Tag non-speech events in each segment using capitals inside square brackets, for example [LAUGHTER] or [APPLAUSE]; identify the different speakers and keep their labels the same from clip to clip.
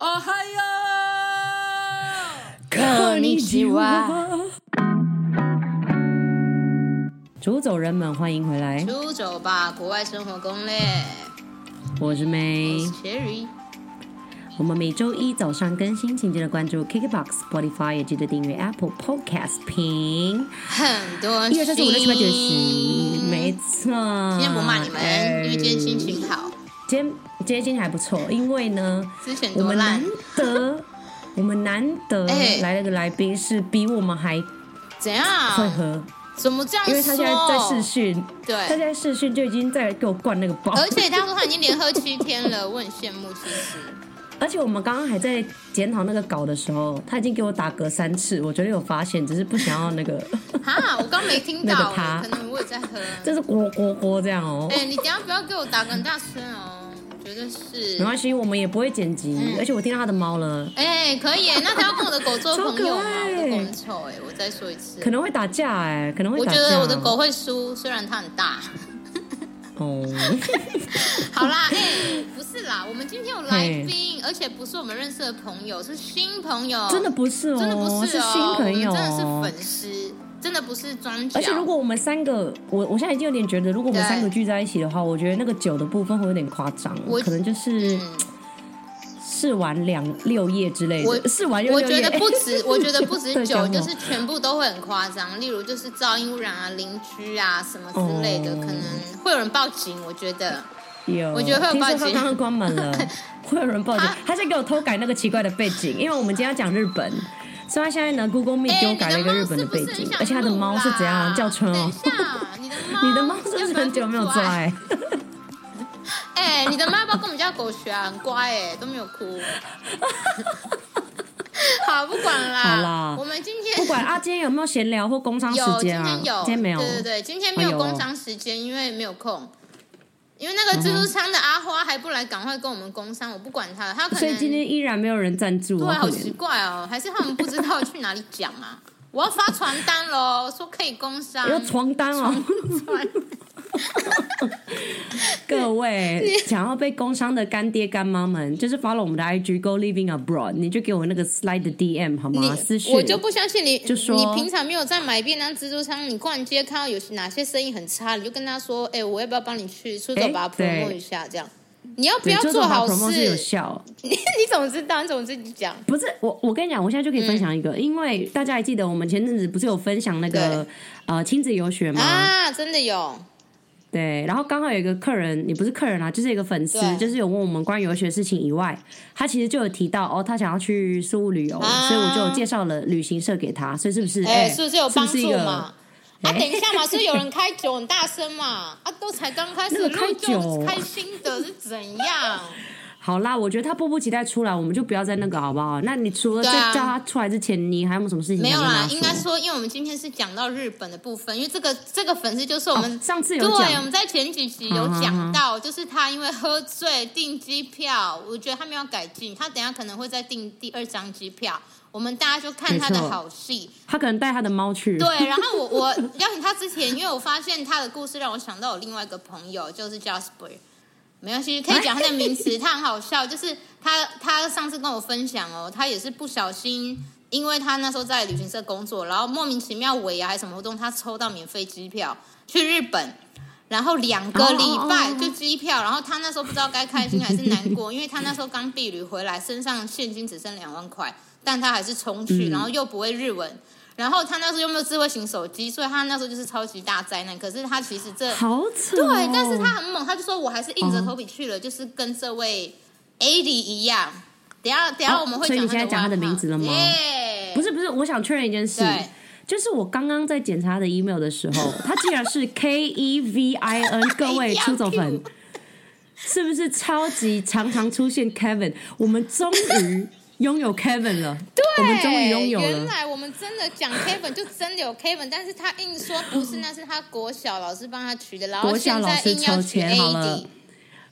Speaker 1: 哦嗨哟！
Speaker 2: 可尼基哇！
Speaker 3: 主走人们，欢迎回来，
Speaker 1: 出走吧，国外生活攻略。
Speaker 3: 哎我是 May。
Speaker 1: Cherry，
Speaker 3: 我们每周一早上更新，请记得关注 KKBOX、Spotify，也记得订阅 Apple Podcast 评。
Speaker 1: 很多
Speaker 3: 一二三四五六七八九
Speaker 1: 心
Speaker 3: 十，没错。
Speaker 1: 今天不骂你们，
Speaker 3: 哎
Speaker 1: 因为今天心情好。
Speaker 3: 今天今天心情还不错，因为呢，
Speaker 1: 之前
Speaker 3: 我
Speaker 1: 多
Speaker 3: 们难
Speaker 1: 烂，
Speaker 3: 得我们难得
Speaker 1: 哎
Speaker 3: 来了个来宾，是比我们还
Speaker 1: 怎
Speaker 3: 会
Speaker 1: 样？
Speaker 3: 喝，
Speaker 1: 怎么这样
Speaker 3: 因
Speaker 1: 说？
Speaker 3: 为他现在在试训，他
Speaker 1: 对，
Speaker 3: 现在试训就已经在给我灌那个包，
Speaker 1: 而且他说他已经连喝七天了，我很羡慕。其实，
Speaker 3: 而且我们刚刚还在检讨那个稿的时候，他已经给我打嗝三次，我觉得有发现，只是不想要那个， [LAUGHS]
Speaker 1: 哈，我刚没听
Speaker 3: 那
Speaker 1: 到，
Speaker 3: 个他
Speaker 1: 可能我也在喝。
Speaker 3: 就是咕咕咕这样哦。
Speaker 1: 哎，你等一下不要给我打更大声哦，绝对是
Speaker 3: 没。关系，我们也不会剪辑，
Speaker 1: 嗯
Speaker 3: 而且我听到他的猫了，
Speaker 1: 哎、可
Speaker 3: [LAUGHS]
Speaker 1: 以耶，那他要跟我的狗做
Speaker 3: 超
Speaker 1: 朋友吗？
Speaker 3: 可爱
Speaker 1: 我的狗很丑哎，我再说一次
Speaker 3: 可，能会打架哎、可能会
Speaker 1: 我
Speaker 3: 打
Speaker 1: 觉
Speaker 3: 架哦。
Speaker 1: 得我的狗会输，虽然它很
Speaker 3: [LAUGHS]
Speaker 1: 大。 [LAUGHS]
Speaker 3: 哦， [LAUGHS]
Speaker 1: 好啦，哎、不是啦，我们今天有来宾，而且不是我们认识的朋友，是新朋友，
Speaker 3: 真的不是哦，
Speaker 1: 真的不是,、哦、
Speaker 3: 新朋友
Speaker 1: 我们真
Speaker 3: 哦
Speaker 1: 的是粉丝，真的不是装脚。
Speaker 3: 而且如果我们三个，我我现在已经有点觉得，如果我们
Speaker 1: 对
Speaker 3: 三个聚在一起的话，我觉得那个酒的部分会有点夸张
Speaker 1: 我，
Speaker 3: 可能就是
Speaker 1: 嗯，
Speaker 3: 试完两六夜之类
Speaker 1: 我
Speaker 3: 的，试完又
Speaker 1: 我
Speaker 3: 六
Speaker 1: 觉
Speaker 3: 夜
Speaker 1: 得不
Speaker 3: 哎 [LAUGHS]
Speaker 1: 止，我觉得不止
Speaker 3: 对
Speaker 1: 酒，
Speaker 3: 讲什
Speaker 1: 就
Speaker 3: 么
Speaker 1: 是全部都会很夸张，例如就是噪音污染啊、邻居啊什么之类的，
Speaker 3: 哦
Speaker 1: 可能会有人报警，我觉得。
Speaker 3: 有，
Speaker 1: 我觉得会有
Speaker 3: 听
Speaker 1: 报
Speaker 3: 说
Speaker 1: 警
Speaker 3: 他刚刚关
Speaker 1: [LAUGHS]
Speaker 3: 门了，会有人报警
Speaker 1: 他。
Speaker 3: 他在给我偷改那个奇怪的背景，因为我们今天要讲日本，所以他现在呢 Google
Speaker 1: 哎
Speaker 3: Meet 给我改了一个日本的背景，而且他
Speaker 1: 啊
Speaker 3: 的猫是怎样叫春哦。
Speaker 1: 你的猫，
Speaker 3: [LAUGHS] 你的猫是不是很久没有
Speaker 1: 哎、
Speaker 3: 做爱？
Speaker 1: 你的猫要不要跟我们家狗学啊？很乖哎、都没有哭。 [LAUGHS] 好，不管啦。
Speaker 3: 好啦
Speaker 1: 我们今天
Speaker 3: 不管啊，今天有没有闲聊或工商时
Speaker 1: 有，今
Speaker 3: 间啊？
Speaker 1: 天有，
Speaker 3: 没有。
Speaker 1: 对对对，今天没有
Speaker 3: 哦有哦
Speaker 1: 工商时间，因为没有空。因为那个蜘蛛仓的阿花还不来，赶快跟我们工商，我不管他了，他可能
Speaker 3: 所以今天依然没有人赞助，
Speaker 1: 对啊，
Speaker 3: 好
Speaker 1: 好
Speaker 3: 可
Speaker 1: 奇
Speaker 3: 怜。
Speaker 1: 怪哦，还是他们不知道去哪里讲啊？我要发传单喽，说可以工商，
Speaker 3: 要床单哦，
Speaker 1: 传
Speaker 3: 各位想要被工商的干爹干妈们，就是 follow 我们的 IG Go Living Abroad，你就给我那个 slide 的 DM 好吗？啊私
Speaker 1: 你
Speaker 3: 讯
Speaker 1: 我就不相信你，
Speaker 3: 就说
Speaker 1: 你平常没有在买便当自助餐，你逛街看到有哪些生意很差，你就跟他说，哎、我要不要帮你去出走吧
Speaker 3: 哎对
Speaker 1: promo 一下这样？你要不
Speaker 3: 对
Speaker 1: 要
Speaker 3: 这
Speaker 1: 做
Speaker 3: 种
Speaker 1: 好
Speaker 3: 把 promo
Speaker 1: [LAUGHS]
Speaker 3: 是有
Speaker 1: 事？
Speaker 3: 效。
Speaker 1: 你你怎么知道？你怎么自己讲？
Speaker 3: 不是我，我跟你讲，我现在就可以分享一
Speaker 1: 嗯
Speaker 3: 个，因为大家还记得我们前阵子不是有分享那个呃亲子游学吗？
Speaker 1: 啊，真的有，
Speaker 3: 对，然后刚好有一个客人，也不是客人啊，就是一个粉丝
Speaker 1: 对，
Speaker 3: 就是有问我们关于游学的事情以外，他其实就有提到哦，他想要去宿务旅游，
Speaker 1: 啊
Speaker 3: 所以我就有介绍了旅行社给他，所以是不是？
Speaker 1: 哎、
Speaker 3: 哎、
Speaker 1: 是不是有帮
Speaker 3: 是
Speaker 1: 助
Speaker 3: 一个哎
Speaker 1: 嘛？啊，等一下嘛，是不是有
Speaker 3: [LAUGHS]
Speaker 1: 人开酒很大声嘛？啊，都才刚开始
Speaker 3: 那个
Speaker 1: 录
Speaker 3: 开
Speaker 1: 就
Speaker 3: 酒
Speaker 1: 开心的是怎样？
Speaker 3: 好啦，我觉得他迫不及待出来，我们就不要再那个好不好？那你除了
Speaker 1: 对
Speaker 3: 在
Speaker 1: 啊
Speaker 3: 叫他出来之前， [LAUGHS] 你还有没有什么事情
Speaker 1: 没有
Speaker 3: 想跟
Speaker 1: 啦
Speaker 3: 大，家
Speaker 1: 应该
Speaker 3: 说
Speaker 1: 说，因为我们今天是讲到日本的部分，因为这个这个粉丝就是我们、
Speaker 3: 哦上次有
Speaker 1: 对，啊我
Speaker 3: 讲嗯
Speaker 1: 们在前几集有讲到，就是他因为喝醉订机票，我觉得他没有改进，他等一下可能会再订第二张机票，我们大家就看他
Speaker 3: 没
Speaker 1: 的
Speaker 3: 错
Speaker 1: 好戏。
Speaker 3: 他可能带他的猫去，
Speaker 1: 对，然后我我邀请他之前，因为我发现他的故事让我想到我另外一个朋友，就是 Jasper。没关系，可以讲他的名
Speaker 3: [LAUGHS]
Speaker 1: 词，他很好笑。就是他他上次跟我分享哦，他也是不小心，因为他那时候在旅行社工作，然后莫名其妙尾牙还是什么活动，他抽到免费机票去日本。然后两个礼拜
Speaker 3: 哦哦哦
Speaker 1: 就机票，然后他那时候不知道该开心还是难过，因为他那时候刚避旅回来，身上现金只剩两万块，但他还是冲
Speaker 3: 嗯
Speaker 1: 去，然后又不会日文，然后他那时候又没有智慧型手机，所以他那时候就是超级大灾难。可是他其实这
Speaker 3: 好惨、哦。
Speaker 1: 对，但是他很猛，他就说我还是硬着头皮去了，就是跟这位 AD 一样。等一下等一下
Speaker 3: 哦
Speaker 1: 我们会
Speaker 3: 所以
Speaker 1: 讲
Speaker 3: 你现在讲他的
Speaker 1: 外号
Speaker 3: 名字了吗
Speaker 1: 耶
Speaker 3: 不是不是，我想确认一件事
Speaker 1: 对，
Speaker 3: 就是我刚刚在检查他的 email 的时
Speaker 1: [LAUGHS]
Speaker 3: 候，他竟然是 K E V I
Speaker 1: 哎
Speaker 3: N，各位出走粉，是不是超级常常出现 Kevin？我们终于拥有 Kevin 了，对我们终于拥有
Speaker 1: 原
Speaker 3: 了。
Speaker 1: 来我们真的讲 Kevin 就真的有 Kevin，但是他硬说不是，那是他国小老师帮他取的，然后
Speaker 3: 国小
Speaker 1: 现
Speaker 3: 老
Speaker 1: 在
Speaker 3: 师
Speaker 1: 硬要
Speaker 3: 筹
Speaker 1: 取
Speaker 3: 钱好了
Speaker 1: AD。，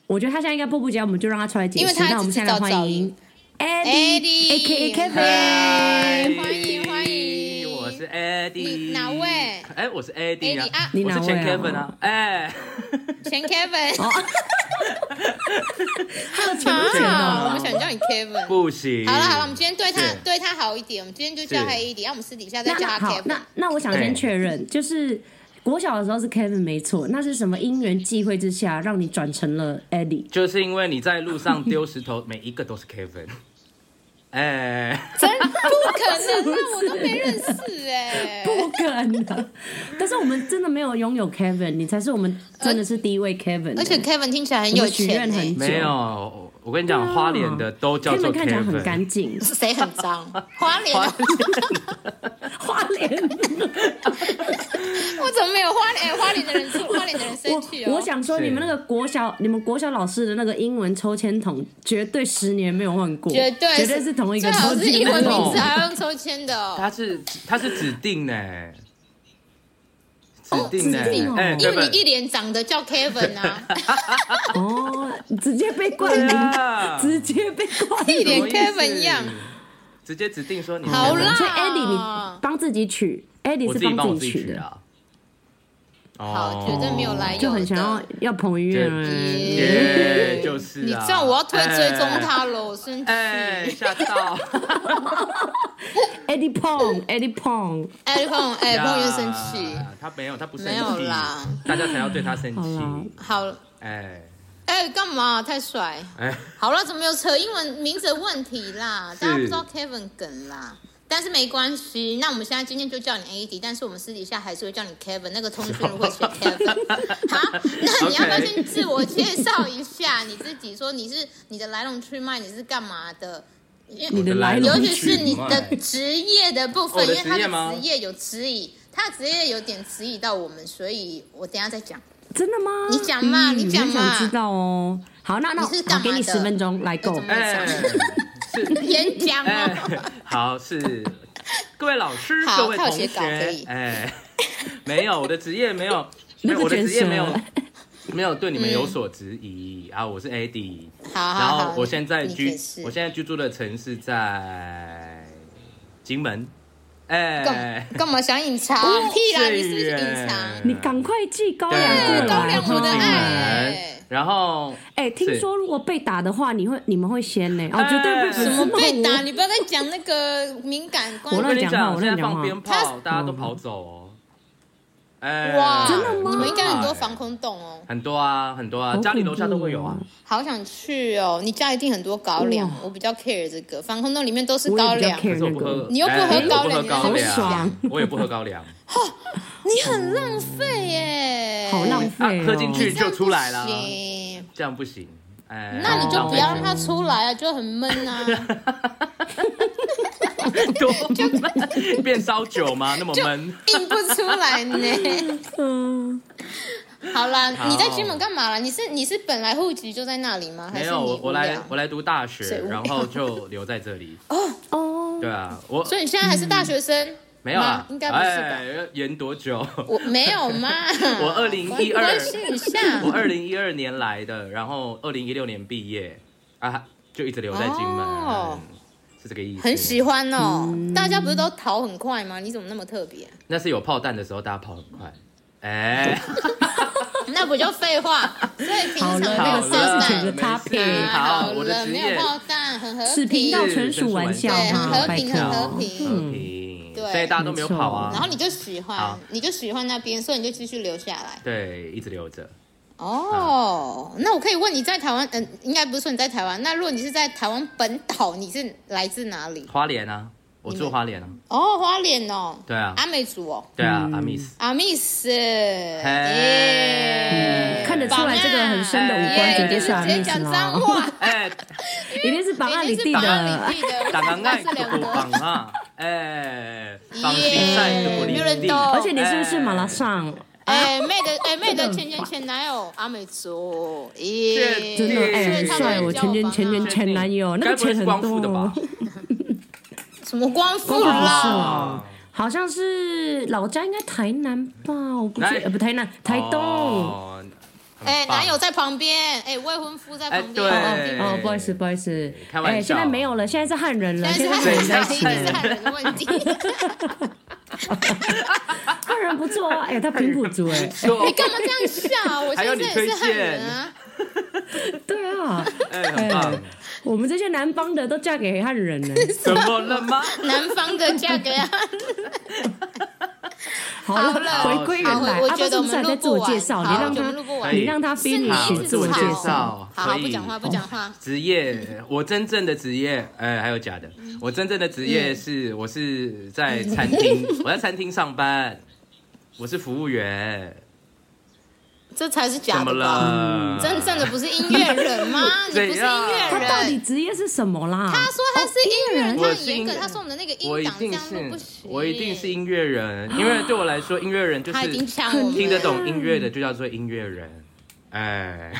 Speaker 3: 我觉得他现在应该迫不及待，我们就让他出来解
Speaker 1: 因为
Speaker 3: 释。
Speaker 1: 他一直
Speaker 3: 那我们现在来欢迎
Speaker 1: Eddie
Speaker 3: Eddie A K A
Speaker 1: 嗨
Speaker 3: Kevin。
Speaker 1: 欢迎欢迎
Speaker 4: 我是
Speaker 1: 你
Speaker 4: Eddie，
Speaker 1: 哪位
Speaker 4: 哎，我是 Eddie
Speaker 1: Eddie 啊
Speaker 4: 啊，
Speaker 3: 你
Speaker 4: 我
Speaker 3: 哪
Speaker 4: 是
Speaker 3: 位
Speaker 4: 前
Speaker 3: 啊
Speaker 4: Kevin 啊，哎，
Speaker 1: [LAUGHS] 前 Kevin，
Speaker 3: 哦他的全部剪
Speaker 1: 啊，
Speaker 3: 好
Speaker 1: 我们
Speaker 3: 了。
Speaker 1: 想叫你 Kevin。
Speaker 4: 不行。
Speaker 1: 好了好了，我们今天对他
Speaker 4: 是
Speaker 1: 对他好一点，我们今天就叫他
Speaker 4: 是
Speaker 1: AD，让我们私底下再
Speaker 3: 那
Speaker 1: 叫
Speaker 3: 那
Speaker 1: 他
Speaker 3: 好，
Speaker 1: Kevin
Speaker 3: 那。那我想先确
Speaker 4: 哎
Speaker 3: 认，就是国小的时候是 Kevin 没错，那是什么因缘际会之下让你转成了 Eddie？
Speaker 4: 就是因为你在路上丢石头，每一个都是 Kevin。哎、
Speaker 1: 真不可能啊，我都没认识哎。
Speaker 3: 不可能！啊 [LAUGHS] 但是我们真的没有拥有 Kevin，你才是我们真的是第一位 Kevin 欸。
Speaker 1: 而且 Kevin 听起来很
Speaker 3: 我
Speaker 1: 有
Speaker 3: 们许
Speaker 1: 钱
Speaker 3: 愿
Speaker 1: 欸
Speaker 3: 很久，
Speaker 4: 没有，我跟你讲，花脸的都叫做
Speaker 3: Kevin 看起来很
Speaker 4: Kevin。
Speaker 1: [LAUGHS]
Speaker 3: 干净，
Speaker 1: 谁很脏？花啊莲，
Speaker 4: 花
Speaker 3: 花脸。
Speaker 1: 我怎么没有花莲？哎花莲的人是花莲的人生气哦。
Speaker 3: 我我想说，
Speaker 4: 是
Speaker 3: 你们那个国小，你们国小老师的那个英文抽签筒，绝对十年没有换过，
Speaker 1: 绝对
Speaker 3: 绝对是同一个哦
Speaker 1: 最好
Speaker 3: 抽
Speaker 1: 是英
Speaker 3: 签
Speaker 1: 文
Speaker 3: 筒。
Speaker 1: 名字啊还要用抽签的哦。
Speaker 4: [LAUGHS] 他是他是指定呢、指定呢、
Speaker 3: 指定哦
Speaker 4: 哎、
Speaker 1: 因为
Speaker 4: Kevin
Speaker 1: 你一脸长得叫 Kevin 啊，
Speaker 4: [LAUGHS]
Speaker 3: 哦，直接被冠
Speaker 4: 对
Speaker 3: 名，
Speaker 4: 啊
Speaker 3: 直接被冠
Speaker 1: 一
Speaker 3: 名。
Speaker 1: 脸
Speaker 4: 什么意思
Speaker 1: Kevin 一样，
Speaker 4: 直接指定说你
Speaker 1: 好啦
Speaker 3: 所以 Eddie 你帮自己取，Eddie
Speaker 4: 我自
Speaker 3: 是
Speaker 4: 己帮我
Speaker 3: 自
Speaker 4: 自己
Speaker 3: 取
Speaker 4: 取
Speaker 3: 的，哦
Speaker 4: 啊。哦
Speaker 1: 好，绝对没有来由的。
Speaker 3: 就很想要要彭于晏欸。
Speaker 4: 耶，就是啊
Speaker 1: 你知道我要推追踪他喽，我生气。
Speaker 4: 哎，哎
Speaker 1: [LAUGHS]
Speaker 4: 吓到，
Speaker 3: Eddie Pong，Eddie Pong，
Speaker 1: 哎，碰哎，碰
Speaker 4: 呀
Speaker 1: 又生气。，
Speaker 4: 他没有，他不生
Speaker 1: 没
Speaker 4: 气，
Speaker 1: 有啦
Speaker 4: 大家才要对他生
Speaker 3: 好啦
Speaker 4: 气，
Speaker 1: 好，
Speaker 4: 哎
Speaker 1: 哎，干嘛？太帅。
Speaker 4: 哎，
Speaker 1: 好了，怎么又扯英文名字的问题啦？大家不知道 Kevin 梗啦，但是没关系。那我们现在今天就叫你 AD，但是我们私底下还是会叫你 Kevin。那个通讯录会写 Kevin。好，
Speaker 4: [LAUGHS]
Speaker 1: 那你要不要
Speaker 4: OK
Speaker 1: 先自我介绍一下你自己？说你是你的来龙去脉，你是干嘛的？因为
Speaker 3: 你的来龙
Speaker 1: 尤
Speaker 3: 去脉
Speaker 1: 其是你的职业的部
Speaker 4: 哦
Speaker 1: 分，
Speaker 4: 我的
Speaker 1: 因为他
Speaker 4: 职业吗
Speaker 1: 的职业有迟疑，他的职业有点迟疑到我们，所以我等一下再讲。
Speaker 3: 真的吗？
Speaker 1: 你讲嘛
Speaker 3: 嗯
Speaker 1: 你讲嘛
Speaker 3: 我很想知道哦。好，那那
Speaker 1: 你是干嘛
Speaker 3: 好给你
Speaker 1: 的
Speaker 3: 十分钟来 go。
Speaker 1: 么
Speaker 4: 哎，是，
Speaker 1: 演讲
Speaker 4: 哎
Speaker 1: 哦，，
Speaker 4: [LAUGHS] 好是，各位老师，
Speaker 1: 好
Speaker 4: 各位
Speaker 1: 他有
Speaker 4: 同
Speaker 1: 写
Speaker 4: 学
Speaker 1: 稿可以，
Speaker 4: 哎， [LAUGHS] 没有，我的职业没有，
Speaker 3: 那
Speaker 4: 哎
Speaker 3: 个
Speaker 4: 我的
Speaker 3: 卷
Speaker 4: 职业
Speaker 3: 舌
Speaker 4: 没有。没有对你们有所质疑、啊！我是 AD，
Speaker 1: 嗯好
Speaker 4: 然
Speaker 1: 好
Speaker 4: 后
Speaker 1: 好，
Speaker 4: 我现在
Speaker 1: 你
Speaker 4: 居
Speaker 1: 解释
Speaker 4: 我现在居住的城市在金门，哎、
Speaker 1: 干干嘛想隐藏？
Speaker 3: 哦
Speaker 1: 屁啦，你是不是隐藏？
Speaker 3: 你赶快寄高粱
Speaker 4: 对
Speaker 3: 过来，
Speaker 1: 高粱我的
Speaker 3: 哈
Speaker 1: 爱
Speaker 4: 哎然后
Speaker 3: 哎、听
Speaker 4: 是
Speaker 3: 说如果被打的话，你会你们会先呢、哦，
Speaker 4: 哎
Speaker 3: 绝对被粉丝
Speaker 4: 什
Speaker 3: 骂
Speaker 1: 呃被打，
Speaker 3: 我
Speaker 1: 你不要再讲那个敏感关
Speaker 3: 我
Speaker 4: 我跟
Speaker 3: 乱
Speaker 4: 你
Speaker 3: 讲话
Speaker 4: 讲，
Speaker 3: 我乱
Speaker 4: 现在
Speaker 3: 讲话
Speaker 4: 放鞭炮，大家都跑走哦。哎，
Speaker 1: 哇，
Speaker 3: 真的吗
Speaker 1: 你们应该很多防空洞哦，
Speaker 4: 很多啊，很多啊，
Speaker 3: 好
Speaker 4: 家里楼下都会有啊
Speaker 3: 恐。
Speaker 1: 好想去哦。你家一定很多高粱
Speaker 3: 哇，
Speaker 1: 我比较 care 这个防空洞里面都是
Speaker 3: 我
Speaker 1: 高
Speaker 3: 也比较
Speaker 1: 粱，
Speaker 4: 可
Speaker 3: care
Speaker 4: 是我
Speaker 3: 那
Speaker 4: 不喝
Speaker 3: 个，，
Speaker 1: 你又不喝
Speaker 4: 哎
Speaker 1: 高
Speaker 4: 我不喝
Speaker 1: 粱
Speaker 4: 高
Speaker 3: 你又不喝
Speaker 4: 粱
Speaker 3: 爽，
Speaker 4: 我也不喝高粱，
Speaker 1: 你很浪费耶，
Speaker 3: 好浪费、哦
Speaker 4: 啊喝进去
Speaker 1: 这样不
Speaker 4: 就出来啦
Speaker 1: 行
Speaker 4: 这样不行。哎，
Speaker 1: 那你就不要让它
Speaker 4: 浪
Speaker 1: 出来啊，就很闷啊，
Speaker 4: 费多变烧酒吗？那么闷。
Speaker 1: 印不出来
Speaker 3: [LAUGHS]
Speaker 1: 呢。
Speaker 3: 嗯，
Speaker 1: 好啦，
Speaker 4: 好
Speaker 1: 你在金门干嘛啦？你是你是本来户籍就在那里吗？还
Speaker 4: 没
Speaker 1: 是
Speaker 4: 有，
Speaker 1: 你
Speaker 4: 我
Speaker 1: 无
Speaker 4: 我来
Speaker 1: 聊
Speaker 4: 我来读大
Speaker 1: 谁
Speaker 4: 学，
Speaker 1: 无聊
Speaker 4: 然后就留在这里。
Speaker 3: 哦，
Speaker 4: 对啊，我
Speaker 1: 所以你现在还是大学生？
Speaker 4: 没有啊
Speaker 1: 吗，应该不是吧？
Speaker 4: 哎，延多久？
Speaker 1: 我没有 [LAUGHS] 嘛，
Speaker 4: 我二零一二
Speaker 1: 关心一 [LAUGHS] 下，
Speaker 4: 我二零一二年来的，然后二零一六年毕业啊，就一直留在金门，
Speaker 1: 哦
Speaker 4: 是这个意思。
Speaker 1: 很喜，欢哦。大家不是都逃很快吗？你怎么那么特别啊、
Speaker 4: 那是有炮弹的时候，大家跑很快。
Speaker 3: 呃
Speaker 4: 哎，
Speaker 1: 那不就废话？所以平常
Speaker 3: 好了
Speaker 1: 没
Speaker 4: 好
Speaker 1: 有
Speaker 3: 那个
Speaker 1: 炮
Speaker 3: 是
Speaker 4: 了，
Speaker 3: 整
Speaker 1: 弹
Speaker 3: 个，
Speaker 4: 没
Speaker 3: topic
Speaker 4: 事
Speaker 1: 啊
Speaker 4: 好，我
Speaker 1: 了，
Speaker 4: 的职
Speaker 1: 没
Speaker 4: 业
Speaker 1: 有炮弹，很和
Speaker 3: 此频
Speaker 1: 平。
Speaker 3: 道
Speaker 4: 是
Speaker 3: 纯属玩笑
Speaker 1: 对
Speaker 3: 哈，
Speaker 1: 很和
Speaker 3: 拜
Speaker 1: 平
Speaker 3: 托。
Speaker 1: 很和平
Speaker 4: 和
Speaker 3: 嗯
Speaker 4: 平，
Speaker 1: 对
Speaker 4: 所以大家都没有跑啊。
Speaker 1: 然后你就喜欢
Speaker 4: 好，
Speaker 1: 你就喜欢那边，所以你就继续留下来。
Speaker 4: 对，一直留着。
Speaker 1: 哦，那我可以问你在台湾，嗯、应该不是说你在台湾。那如果你是在台湾本岛，你是来自哪里？
Speaker 4: 花莲啊，我住花莲啊，
Speaker 1: 哦，花莲哦，
Speaker 4: 对啊，
Speaker 1: 阿美族哦，
Speaker 4: 对
Speaker 3: 嗯
Speaker 4: 啊，阿 miss，
Speaker 1: 阿密斯，
Speaker 4: 嘿
Speaker 1: 耶
Speaker 3: 看得出来这个人很深的五官
Speaker 1: 耶
Speaker 4: 直接
Speaker 1: 直
Speaker 4: 是
Speaker 3: 阿密斯
Speaker 1: 接讲
Speaker 3: 啦
Speaker 1: 脏话，
Speaker 4: 哎，
Speaker 3: 一定是榜 [LAUGHS] 案里
Speaker 1: 一定是
Speaker 3: 地的
Speaker 1: 榜安里地的，
Speaker 4: 打个爱
Speaker 1: 是两
Speaker 4: 国
Speaker 1: 个
Speaker 4: 榜啊，哎，绑心赛的
Speaker 1: 耶，
Speaker 4: 不
Speaker 1: 没
Speaker 4: 离
Speaker 1: 有人
Speaker 4: 地，
Speaker 1: 懂。
Speaker 3: 而且你是不是马拉上？
Speaker 1: 哎，妹的哎，妹的前前前男友阿美族，耶，
Speaker 3: 真的
Speaker 4: 对
Speaker 3: 哎，
Speaker 1: 所
Speaker 3: 很
Speaker 1: 以他们
Speaker 3: 帅！我
Speaker 1: 人叫
Speaker 3: 前前前
Speaker 1: 我
Speaker 3: 前
Speaker 1: 榜
Speaker 3: 前男友，那
Speaker 4: 该
Speaker 3: 个
Speaker 4: 不会
Speaker 3: 钱
Speaker 4: 是
Speaker 3: 很
Speaker 4: 光复的
Speaker 3: 多
Speaker 4: 吧，？
Speaker 1: 啊什么光复
Speaker 3: 光复不是
Speaker 1: 啦，
Speaker 3: 哦好像是老家应该台南吧，我不
Speaker 4: 哪
Speaker 3: 是
Speaker 4: 里
Speaker 3: 呃不台南台东。
Speaker 4: 哦，很
Speaker 1: 哎，
Speaker 4: 棒
Speaker 1: 男友在旁边，哎，未婚夫在旁边，
Speaker 4: 哎对
Speaker 3: 哦，不好意思，不好意思，
Speaker 4: 开玩笑
Speaker 3: 哎，现在没有了，现在是汉人了，
Speaker 1: 但是
Speaker 3: 现在
Speaker 1: 他很小
Speaker 3: 汉人在 [LAUGHS]
Speaker 1: 心，
Speaker 3: 一起
Speaker 1: 这是
Speaker 3: 了，
Speaker 1: 汉人的问
Speaker 4: [LAUGHS]
Speaker 1: 题。
Speaker 3: 汉人
Speaker 1: [LAUGHS]
Speaker 3: 不错啊，哎，他平埔族哎，
Speaker 4: 错
Speaker 1: 你干嘛这样笑？我
Speaker 4: 还有
Speaker 1: 先
Speaker 4: 你
Speaker 1: 生
Speaker 4: 推
Speaker 1: 也是汉人啊，
Speaker 3: 对啊，
Speaker 4: 哎、
Speaker 1: [LAUGHS]
Speaker 4: 很棒。
Speaker 3: 我们这些南方的都嫁给汉人呢，
Speaker 4: 怎么了吗？
Speaker 1: 南方的价格啊，
Speaker 3: 好
Speaker 1: 好了
Speaker 3: 了，回归原来，
Speaker 1: 好我
Speaker 3: 他
Speaker 1: 我觉得
Speaker 3: 不
Speaker 1: 我们
Speaker 3: 是还在
Speaker 1: 录
Speaker 3: 自我
Speaker 1: 不完
Speaker 3: 介绍，你
Speaker 1: 好
Speaker 3: 让
Speaker 1: 我觉得我们录不
Speaker 3: 他，
Speaker 4: 哎
Speaker 1: 完
Speaker 3: 你让他
Speaker 1: 是你
Speaker 3: finish
Speaker 1: 自
Speaker 3: 自我
Speaker 1: 嘲
Speaker 3: 介
Speaker 4: 绍
Speaker 1: 好好
Speaker 4: 所以
Speaker 1: 不讲话不讲话，
Speaker 4: 职业，我真正的职业，哎，还有假的。
Speaker 1: 嗯
Speaker 4: 我真正的职业是，我是在餐厅，
Speaker 1: 嗯
Speaker 4: [LAUGHS] 我在餐厅上班，我是服务员。
Speaker 1: 这才是假
Speaker 4: 怎么
Speaker 1: 的吧？
Speaker 4: 了？
Speaker 1: 真正的不是音乐人吗？你不是音
Speaker 4: [LAUGHS] 怎样
Speaker 1: 乐
Speaker 3: 他到底
Speaker 1: 人。
Speaker 3: 职业是什么啦？
Speaker 1: 他说他是音乐人，他
Speaker 4: 我
Speaker 1: 很
Speaker 4: 是
Speaker 1: 严
Speaker 4: 音
Speaker 1: 格，
Speaker 4: 乐
Speaker 1: 他说我们的那个
Speaker 4: 我
Speaker 1: 音
Speaker 4: 一
Speaker 1: 档这
Speaker 4: 定
Speaker 1: 样录
Speaker 4: 是
Speaker 1: 不行。，
Speaker 4: 我一定是音乐人，因为对我来说，音
Speaker 1: [GASPS]
Speaker 4: 乐人就
Speaker 1: 他
Speaker 4: 是
Speaker 1: 已经抢我们了
Speaker 4: 听得懂音乐的，就叫做音乐人。哎，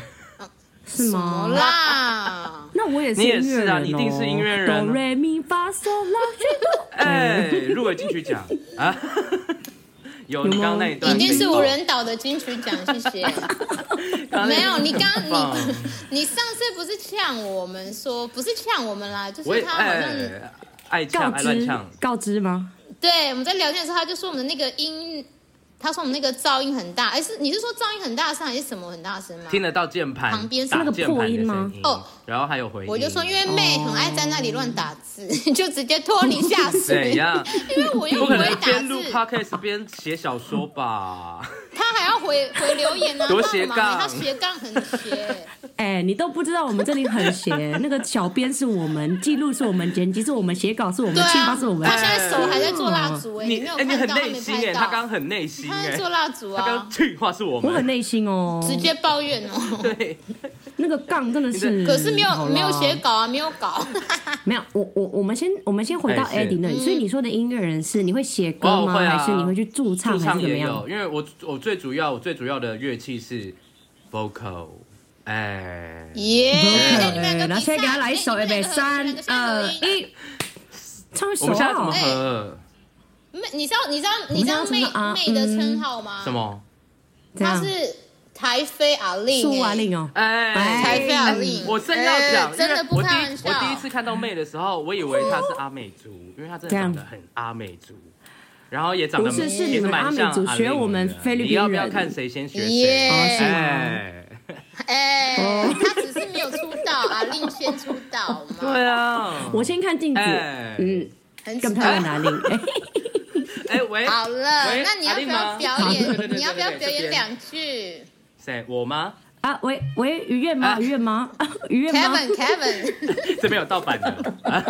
Speaker 3: 是
Speaker 1: 好
Speaker 3: 吗？
Speaker 1: 啦，
Speaker 3: 那我也是
Speaker 4: 你也
Speaker 3: 音乐
Speaker 4: 是
Speaker 3: 人
Speaker 4: 啊
Speaker 3: 哦
Speaker 4: 你一定是音乐人啊
Speaker 3: 哆瑞咪发嗦拉西哆。
Speaker 1: 嗯
Speaker 4: 哎，入围金曲奖啊！
Speaker 1: [LAUGHS]
Speaker 4: 有你刚刚那一段，
Speaker 1: 一定是无人岛的金曲奖，谢谢。
Speaker 4: [LAUGHS] 刚刚那
Speaker 1: 没
Speaker 4: 一段
Speaker 1: 有，你刚
Speaker 4: 很哎棒
Speaker 1: 你你上次不是呛我们说，不是呛我们啦，就
Speaker 4: 我
Speaker 1: 是
Speaker 4: 也
Speaker 1: 他好像、
Speaker 4: 哎，爱
Speaker 3: 告
Speaker 4: 呛爱乱
Speaker 3: 知
Speaker 4: 呛，
Speaker 3: 告
Speaker 1: [LAUGHS]
Speaker 3: 知吗？
Speaker 1: 对我们在聊天的时候，他就说我们的那个音，他说我们那个噪音很大，哎、是你是说噪音很大声还是什么很大声吗？
Speaker 4: 听得到键盘
Speaker 1: 旁边是
Speaker 4: 打
Speaker 1: 那
Speaker 3: 个
Speaker 4: 键盘
Speaker 3: 破
Speaker 4: 的
Speaker 3: 音吗
Speaker 4: 声音
Speaker 1: 哦
Speaker 4: 然后还有回音。
Speaker 1: 我就说，因为
Speaker 4: 哦
Speaker 1: 妹很爱在那里乱打字， [LAUGHS] 就直接拖你下水。
Speaker 4: 怎样？
Speaker 1: [LAUGHS] 因为我又
Speaker 4: 不
Speaker 1: 不
Speaker 4: 可
Speaker 1: 会
Speaker 4: 能
Speaker 1: 打
Speaker 4: 边录
Speaker 1: 字，
Speaker 4: podcast 边写小
Speaker 1: [LAUGHS]
Speaker 4: 说吧？
Speaker 1: 他还要回回留言啊，
Speaker 4: 多
Speaker 1: 他很
Speaker 4: 斜
Speaker 1: 忙
Speaker 4: 杠
Speaker 1: 他斜杠很
Speaker 3: [LAUGHS]
Speaker 1: 斜。
Speaker 3: 哎，你都不知道我们这里很闲， [LAUGHS] 那个小编是我们，记录是我们，剪辑是我们，写稿是我们，
Speaker 1: 对
Speaker 3: 签发
Speaker 1: 啊
Speaker 3: 是我，们
Speaker 1: 他。现在手还在做蜡烛哎，
Speaker 4: 你
Speaker 1: 没有
Speaker 4: 哎你
Speaker 1: 看
Speaker 4: 很
Speaker 1: 到，
Speaker 4: 内
Speaker 1: 他
Speaker 4: 心
Speaker 1: 没拍
Speaker 4: 哎，
Speaker 1: 到，
Speaker 4: 他刚刚很内心
Speaker 1: 他在
Speaker 4: 哎，
Speaker 1: 做蜡烛
Speaker 4: 他刚嗯
Speaker 1: 啊
Speaker 4: 刚，去话是我
Speaker 3: 我很
Speaker 4: 们，
Speaker 3: 内心哦，
Speaker 1: 直接抱怨哦。
Speaker 4: [LAUGHS] 对，
Speaker 3: 那个杠真的是，
Speaker 1: 可是没有
Speaker 3: 好啦
Speaker 1: 没有写稿啊，没有稿。
Speaker 4: [LAUGHS]
Speaker 3: 没有，我我我们先我们先回到
Speaker 4: 哎是
Speaker 3: Eddie 那里。所以你说的音乐人是你会写歌
Speaker 4: 哦
Speaker 3: 吗？
Speaker 4: 会啊
Speaker 3: 还是你会去驻唱
Speaker 4: 驻
Speaker 3: 还
Speaker 4: 唱
Speaker 3: 是怎么
Speaker 4: 也
Speaker 3: 样？
Speaker 4: 有，因为我我最主要我最主要的乐器是 vocal，哎，
Speaker 1: 耶！
Speaker 3: 然后现在给他来一首，预备三二一，唱一
Speaker 4: 我
Speaker 3: 首
Speaker 4: 们现在怎么
Speaker 3: 啊！
Speaker 4: 合？
Speaker 1: 妹，你知道你知道你知道妹妹的称号吗？
Speaker 4: 什？么？
Speaker 3: 这
Speaker 1: 她
Speaker 3: 样，
Speaker 1: 是台非阿令，
Speaker 3: 苏瓦令
Speaker 1: 啊
Speaker 3: 哦，
Speaker 4: 哎，
Speaker 1: 台非阿令。
Speaker 4: 我正要讲，
Speaker 1: 哎真的
Speaker 4: 因为
Speaker 1: 不
Speaker 4: 我第
Speaker 1: 开玩笑
Speaker 4: 我第一次看到妹的时候，我以为她是阿美族，因为她真的长得很阿美族，然后也长得
Speaker 3: 不是是
Speaker 4: 也
Speaker 3: 你们
Speaker 4: 蛮像
Speaker 3: 阿美族
Speaker 4: 阿
Speaker 3: 学
Speaker 4: 令
Speaker 3: 我们
Speaker 4: 的
Speaker 3: 菲律宾
Speaker 4: 你要不要
Speaker 3: 人
Speaker 4: 看谁先学谁？
Speaker 1: 耶
Speaker 3: 哦是吗 [LAUGHS]
Speaker 4: 哎，
Speaker 1: 哎，她只是没有出道，阿令先出道嘛，
Speaker 4: 对啊，
Speaker 3: 我先看镜子，
Speaker 4: 哎
Speaker 3: 嗯，
Speaker 1: 很
Speaker 3: 跟他在哪里？哎
Speaker 4: 哎喂，
Speaker 1: 好了，
Speaker 4: 喂
Speaker 1: 那你要不要表演？你要不要表演？
Speaker 4: 阿令吗好对对对对对对对这边
Speaker 1: 两句
Speaker 4: [LAUGHS] 谁我吗？
Speaker 3: 啊，喂喂，于愿吗？
Speaker 4: 哎
Speaker 3: 于愿吗？ [LAUGHS] 于愿吗？
Speaker 1: ？Kevin Kevin，
Speaker 4: 这边有盗版的，啊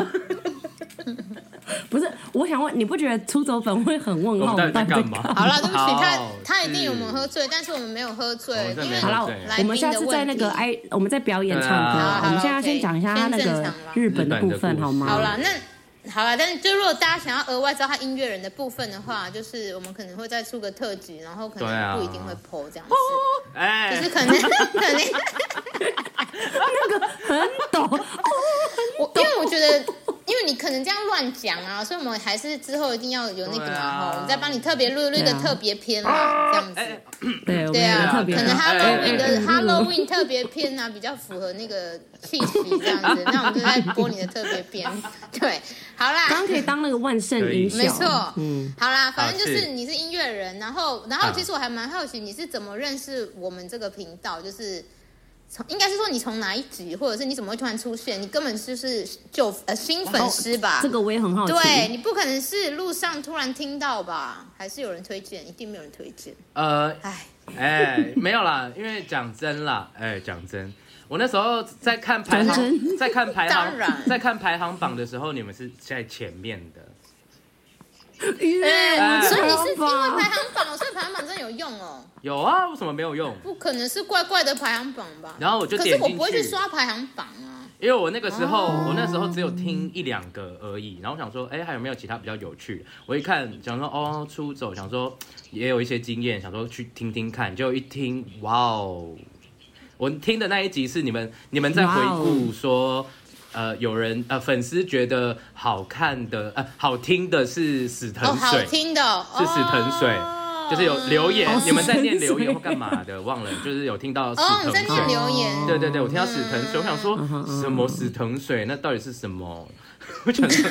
Speaker 3: 不是，我想问，你不觉得出走粉会很问
Speaker 4: 我
Speaker 3: 号？
Speaker 4: 们到底在
Speaker 3: 在
Speaker 4: 干嘛？？
Speaker 1: 好了，对不起，他
Speaker 4: 好
Speaker 1: 他一定有我们
Speaker 4: 是
Speaker 1: 喝醉，但是我们没有喝醉，因为
Speaker 3: 好了
Speaker 4: 对，
Speaker 3: 我们下次在那个
Speaker 1: 来
Speaker 3: I，我们在表演唱歌
Speaker 4: 对啊
Speaker 3: 啊。我们现在要
Speaker 1: 好啦，OK，
Speaker 3: 先讲一下他那
Speaker 1: 先正
Speaker 3: 个
Speaker 1: 常啦
Speaker 3: 日本的部分好
Speaker 4: 嗯
Speaker 3: 吗？
Speaker 1: 好了，那好了，但是就如果大家想要额外知道他音乐人的部分的话，就是我们可能会再出个特辑，然后可
Speaker 4: 对啊
Speaker 1: 能不一定会 PO 这样子，
Speaker 4: 哎，
Speaker 1: 就是可
Speaker 4: [LAUGHS]
Speaker 1: 能可能
Speaker 3: 那个很抖，哦
Speaker 1: 我因为我觉得。因为你可能这样乱讲啊，所以我们还是之后一定要有那个
Speaker 4: 对
Speaker 1: 嘛，
Speaker 4: 啊
Speaker 1: 哈我们再帮你特别录录一个
Speaker 3: 对啊
Speaker 1: 特别篇啦，这样子。
Speaker 4: 哎
Speaker 3: 对，我们
Speaker 1: 对
Speaker 3: 有
Speaker 1: 啊，
Speaker 3: 特别
Speaker 1: 可
Speaker 3: 的
Speaker 1: 能
Speaker 4: 他
Speaker 1: Halloween
Speaker 3: 哎哎
Speaker 1: 的
Speaker 3: 哎
Speaker 1: Halloween 特别片啊，比较符合那个气息这样子。那我们就在播你的特别片，对，好
Speaker 3: 刚
Speaker 1: 啦
Speaker 3: 刚。可以当那个万圣音效，
Speaker 1: 没错，
Speaker 3: 嗯，
Speaker 1: 好啦，反正就
Speaker 4: 啊
Speaker 1: 是
Speaker 4: 是
Speaker 1: 你是音乐人，然后，然后
Speaker 4: 啊
Speaker 1: 其实我还蛮好奇你是怎么认识我们这个频道，就是从应该是说你从哪一集，或者是你怎么会突然出现，你根本就是旧呃新粉丝吧？
Speaker 3: 哦这个我也很好奇。
Speaker 1: 对你不可能是路上突然听到吧？还是有人推荐？一定没有人推荐，
Speaker 4: 呃，
Speaker 1: 哎，
Speaker 4: 哎、没有啦，因为讲真啦，哎、讲真，我那时候在看排
Speaker 3: 讲真
Speaker 4: 行，在看排
Speaker 1: 当然
Speaker 4: 行，在看排行榜的时候，你们是在前面的。
Speaker 3: 因为
Speaker 1: 哎
Speaker 3: 我
Speaker 1: 所以
Speaker 3: 想
Speaker 1: 你是因为
Speaker 3: 法
Speaker 1: 排行榜，所以排行榜真的有用哦。
Speaker 4: 有啊，为什么没有用？
Speaker 1: 不可能是怪怪的排行榜吧？
Speaker 4: 然后我就
Speaker 1: 可是
Speaker 4: 点
Speaker 1: 我
Speaker 4: 进
Speaker 1: 不会去
Speaker 4: 去
Speaker 1: 刷排行榜啊。
Speaker 4: 因为我那个时候，
Speaker 1: 哦
Speaker 4: 我那时候只有听一两个而已，然后我想说，哎、还有没有其他比较有趣的？我一看，想说，哦，出走，想说也有一些经验，想说去听听看，结果一听，哇哦！我听的那一集是你们你们在回
Speaker 1: 哦
Speaker 4: 顾说，呃，有人呃粉丝觉得好看的呃好听的是死
Speaker 1: 哦，
Speaker 4: 藤
Speaker 1: 好
Speaker 4: 水，
Speaker 1: 听的哦
Speaker 4: 是死藤水
Speaker 1: 哦
Speaker 4: 就是有留言，
Speaker 3: 哦
Speaker 4: 你们在念
Speaker 3: 死藤
Speaker 4: 留
Speaker 3: 水
Speaker 4: 言或干嘛的，忘了，就是有听到死
Speaker 1: 哦，我们
Speaker 4: 藤
Speaker 1: 在
Speaker 4: 水。
Speaker 1: 念留言。
Speaker 4: 对对对，我听到死藤水，我想说
Speaker 3: 哦嗯嗯
Speaker 4: 什么死藤水？那到底是
Speaker 3: [LAUGHS]
Speaker 4: 什么？我想说，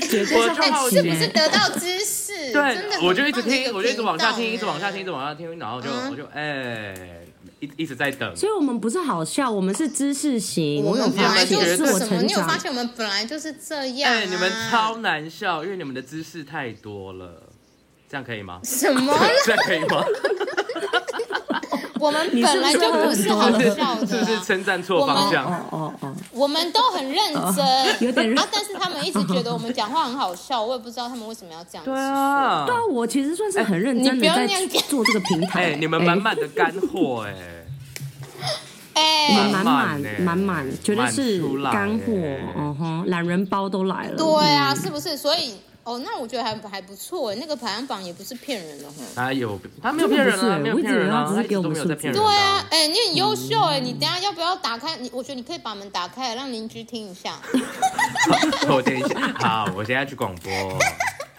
Speaker 3: 绝对
Speaker 4: 我
Speaker 3: 是
Speaker 4: 就
Speaker 3: 好
Speaker 4: 好
Speaker 3: 奇
Speaker 4: 奇
Speaker 1: 是不是得到知识？真的很棒的
Speaker 4: 对，
Speaker 1: 个
Speaker 4: 我就一直听，我就一直往下听，一直往下听，一
Speaker 1: 频道
Speaker 4: 直往下听，然后就
Speaker 1: 嗯
Speaker 4: 我就哎，一一直在等。
Speaker 3: 所以我们不是好笑，我们是知识型。我有
Speaker 1: 们本
Speaker 3: 发
Speaker 1: 来
Speaker 3: 现
Speaker 1: 就
Speaker 4: 觉
Speaker 1: 是
Speaker 3: 自我
Speaker 1: 什么？
Speaker 3: 成
Speaker 1: 你有
Speaker 3: 长
Speaker 1: 发，现我们本来就是这样、啊？
Speaker 4: 哎、你们超难笑，因为你们的知识太多了，这样可以吗？
Speaker 3: 啊
Speaker 1: 什么啦？
Speaker 4: 这样可以
Speaker 3: [LAUGHS]
Speaker 4: 吗？
Speaker 1: 我们
Speaker 3: 你是
Speaker 1: 本
Speaker 3: 不
Speaker 1: 来
Speaker 3: 是
Speaker 1: 就不是好
Speaker 3: 喝
Speaker 1: 笑的、啊，
Speaker 4: 是不是称赞错方向？
Speaker 3: 哦哦哦，
Speaker 1: 我们都很认真，
Speaker 3: 有点认
Speaker 1: 啊，但是他们一直觉得我们讲话很好笑，我也不知道他们为什么要这样子
Speaker 4: 对
Speaker 1: 说。
Speaker 4: 啊
Speaker 3: 对，啊，我其实算是很认
Speaker 1: 哎
Speaker 3: 真
Speaker 1: 你不
Speaker 3: 的
Speaker 1: 要
Speaker 3: 在
Speaker 1: 那样讲
Speaker 3: 做这个平台。
Speaker 4: 哎、你
Speaker 3: [LAUGHS]
Speaker 4: 们
Speaker 3: 哎
Speaker 4: 满满的干货哎、
Speaker 1: 哎、
Speaker 3: 你们满
Speaker 4: 满呢
Speaker 3: 满满满，绝对是
Speaker 4: 满出来
Speaker 3: 干货
Speaker 4: 哎，
Speaker 3: 嗯哼，懒人包都来了。
Speaker 1: 对啊，是不是？所以哦，那我觉得还还不错哎，那个排行榜也不是骗人的哈。
Speaker 4: 他有他没有骗人
Speaker 3: 真的不是
Speaker 4: 啊，
Speaker 3: 哎
Speaker 4: 没有骗人啊，
Speaker 3: 我
Speaker 4: 他
Speaker 3: 一直以为他只是
Speaker 4: 一
Speaker 3: 给
Speaker 4: 直
Speaker 3: 我
Speaker 4: 都
Speaker 3: 们
Speaker 4: 没有在骗
Speaker 1: 对
Speaker 4: 人
Speaker 1: 啊，哎、你很优秀哎、你等一下要不要打开？你我觉得你可以把门打开，让邻居听一下。
Speaker 4: [LAUGHS] 我等一下，好，我现在去广播。 [LAUGHS]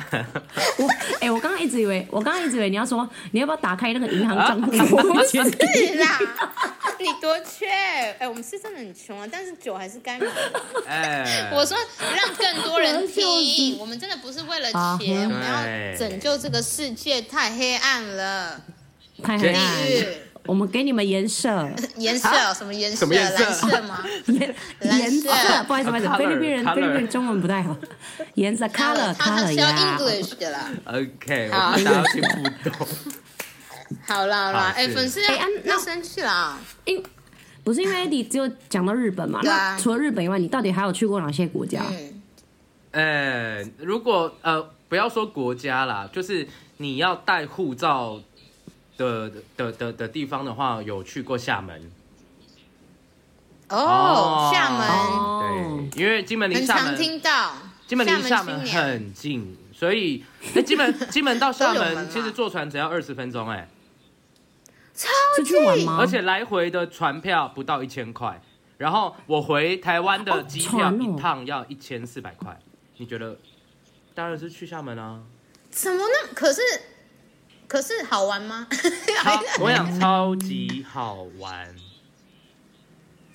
Speaker 3: 我 [LAUGHS] 哎、我刚刚一直以为，我刚刚一直以为你要说你要不要打开那个银行账
Speaker 4: 啊
Speaker 3: 户？ [LAUGHS] 我其
Speaker 4: [LAUGHS]
Speaker 3: 实
Speaker 1: 是啦， [LAUGHS] 你多缺哎、我们是真的很穷啊，但是酒还是该买的。[LAUGHS]
Speaker 4: 哎、
Speaker 1: 我说让更多人听，我们真的不是为了
Speaker 3: 啊
Speaker 1: 钱，我们
Speaker 4: 对
Speaker 1: 要拯救这个世界，太黑暗了。
Speaker 3: 太黑暗
Speaker 1: 地
Speaker 3: 了，
Speaker 1: 狱
Speaker 3: 我们给你们颜色，
Speaker 1: 颜色
Speaker 3: 啊
Speaker 1: 哦什么颜色？
Speaker 4: 什么颜色
Speaker 1: 蓝色吗？
Speaker 3: [LAUGHS] 颜
Speaker 1: 蓝
Speaker 3: 颜色
Speaker 1: 色，
Speaker 3: [LAUGHS] 不好意思，不好意思，
Speaker 4: 啊 Color，
Speaker 3: 菲律宾人
Speaker 4: color
Speaker 3: 菲律宾人中文不太好，颜色
Speaker 1: 它
Speaker 3: color
Speaker 1: 它
Speaker 3: color
Speaker 1: 哦是要
Speaker 3: 呀。
Speaker 1: English 的啦。
Speaker 4: OK，我
Speaker 1: 好
Speaker 4: 怕大家听不懂。 [LAUGHS]
Speaker 1: 好啦好啦
Speaker 4: 好，
Speaker 1: 哎，
Speaker 4: 是
Speaker 1: 粉丝
Speaker 3: 哎啊那
Speaker 1: 要生气啊啦。
Speaker 3: 因不是因为你只有讲到日本嘛？
Speaker 1: 对啊
Speaker 3: 那除了日本以外，你到底还有去过哪些国家？
Speaker 1: 嗯，
Speaker 4: 呃，如果呃，不要说国家啦，就是你要带护照的的的的地方的话，有去过厦门
Speaker 1: 哦，厦门
Speaker 3: 哦
Speaker 4: 门对，因为金门离
Speaker 1: 很
Speaker 4: 厦
Speaker 1: 常
Speaker 4: 门，
Speaker 1: 听到，
Speaker 4: 金门离厦门
Speaker 1: 新娘
Speaker 4: 很近，所以那金门金门到
Speaker 1: 都
Speaker 4: 厦
Speaker 1: 有门
Speaker 4: 门
Speaker 1: 啦
Speaker 4: 其实坐船只要二十分钟，哎，
Speaker 1: 超
Speaker 3: 是去玩
Speaker 1: 近。
Speaker 3: 吗？
Speaker 4: 而且来回的船票不到一千块，然后我回台湾的
Speaker 3: 哦
Speaker 4: 机票
Speaker 3: 船哦
Speaker 4: 一趟要一千四百块，你觉得？当然是去厦
Speaker 3: [LAUGHS]
Speaker 4: 门啊。
Speaker 1: 怎么那可是可是好玩吗？哎
Speaker 4: 超，我想超级好玩。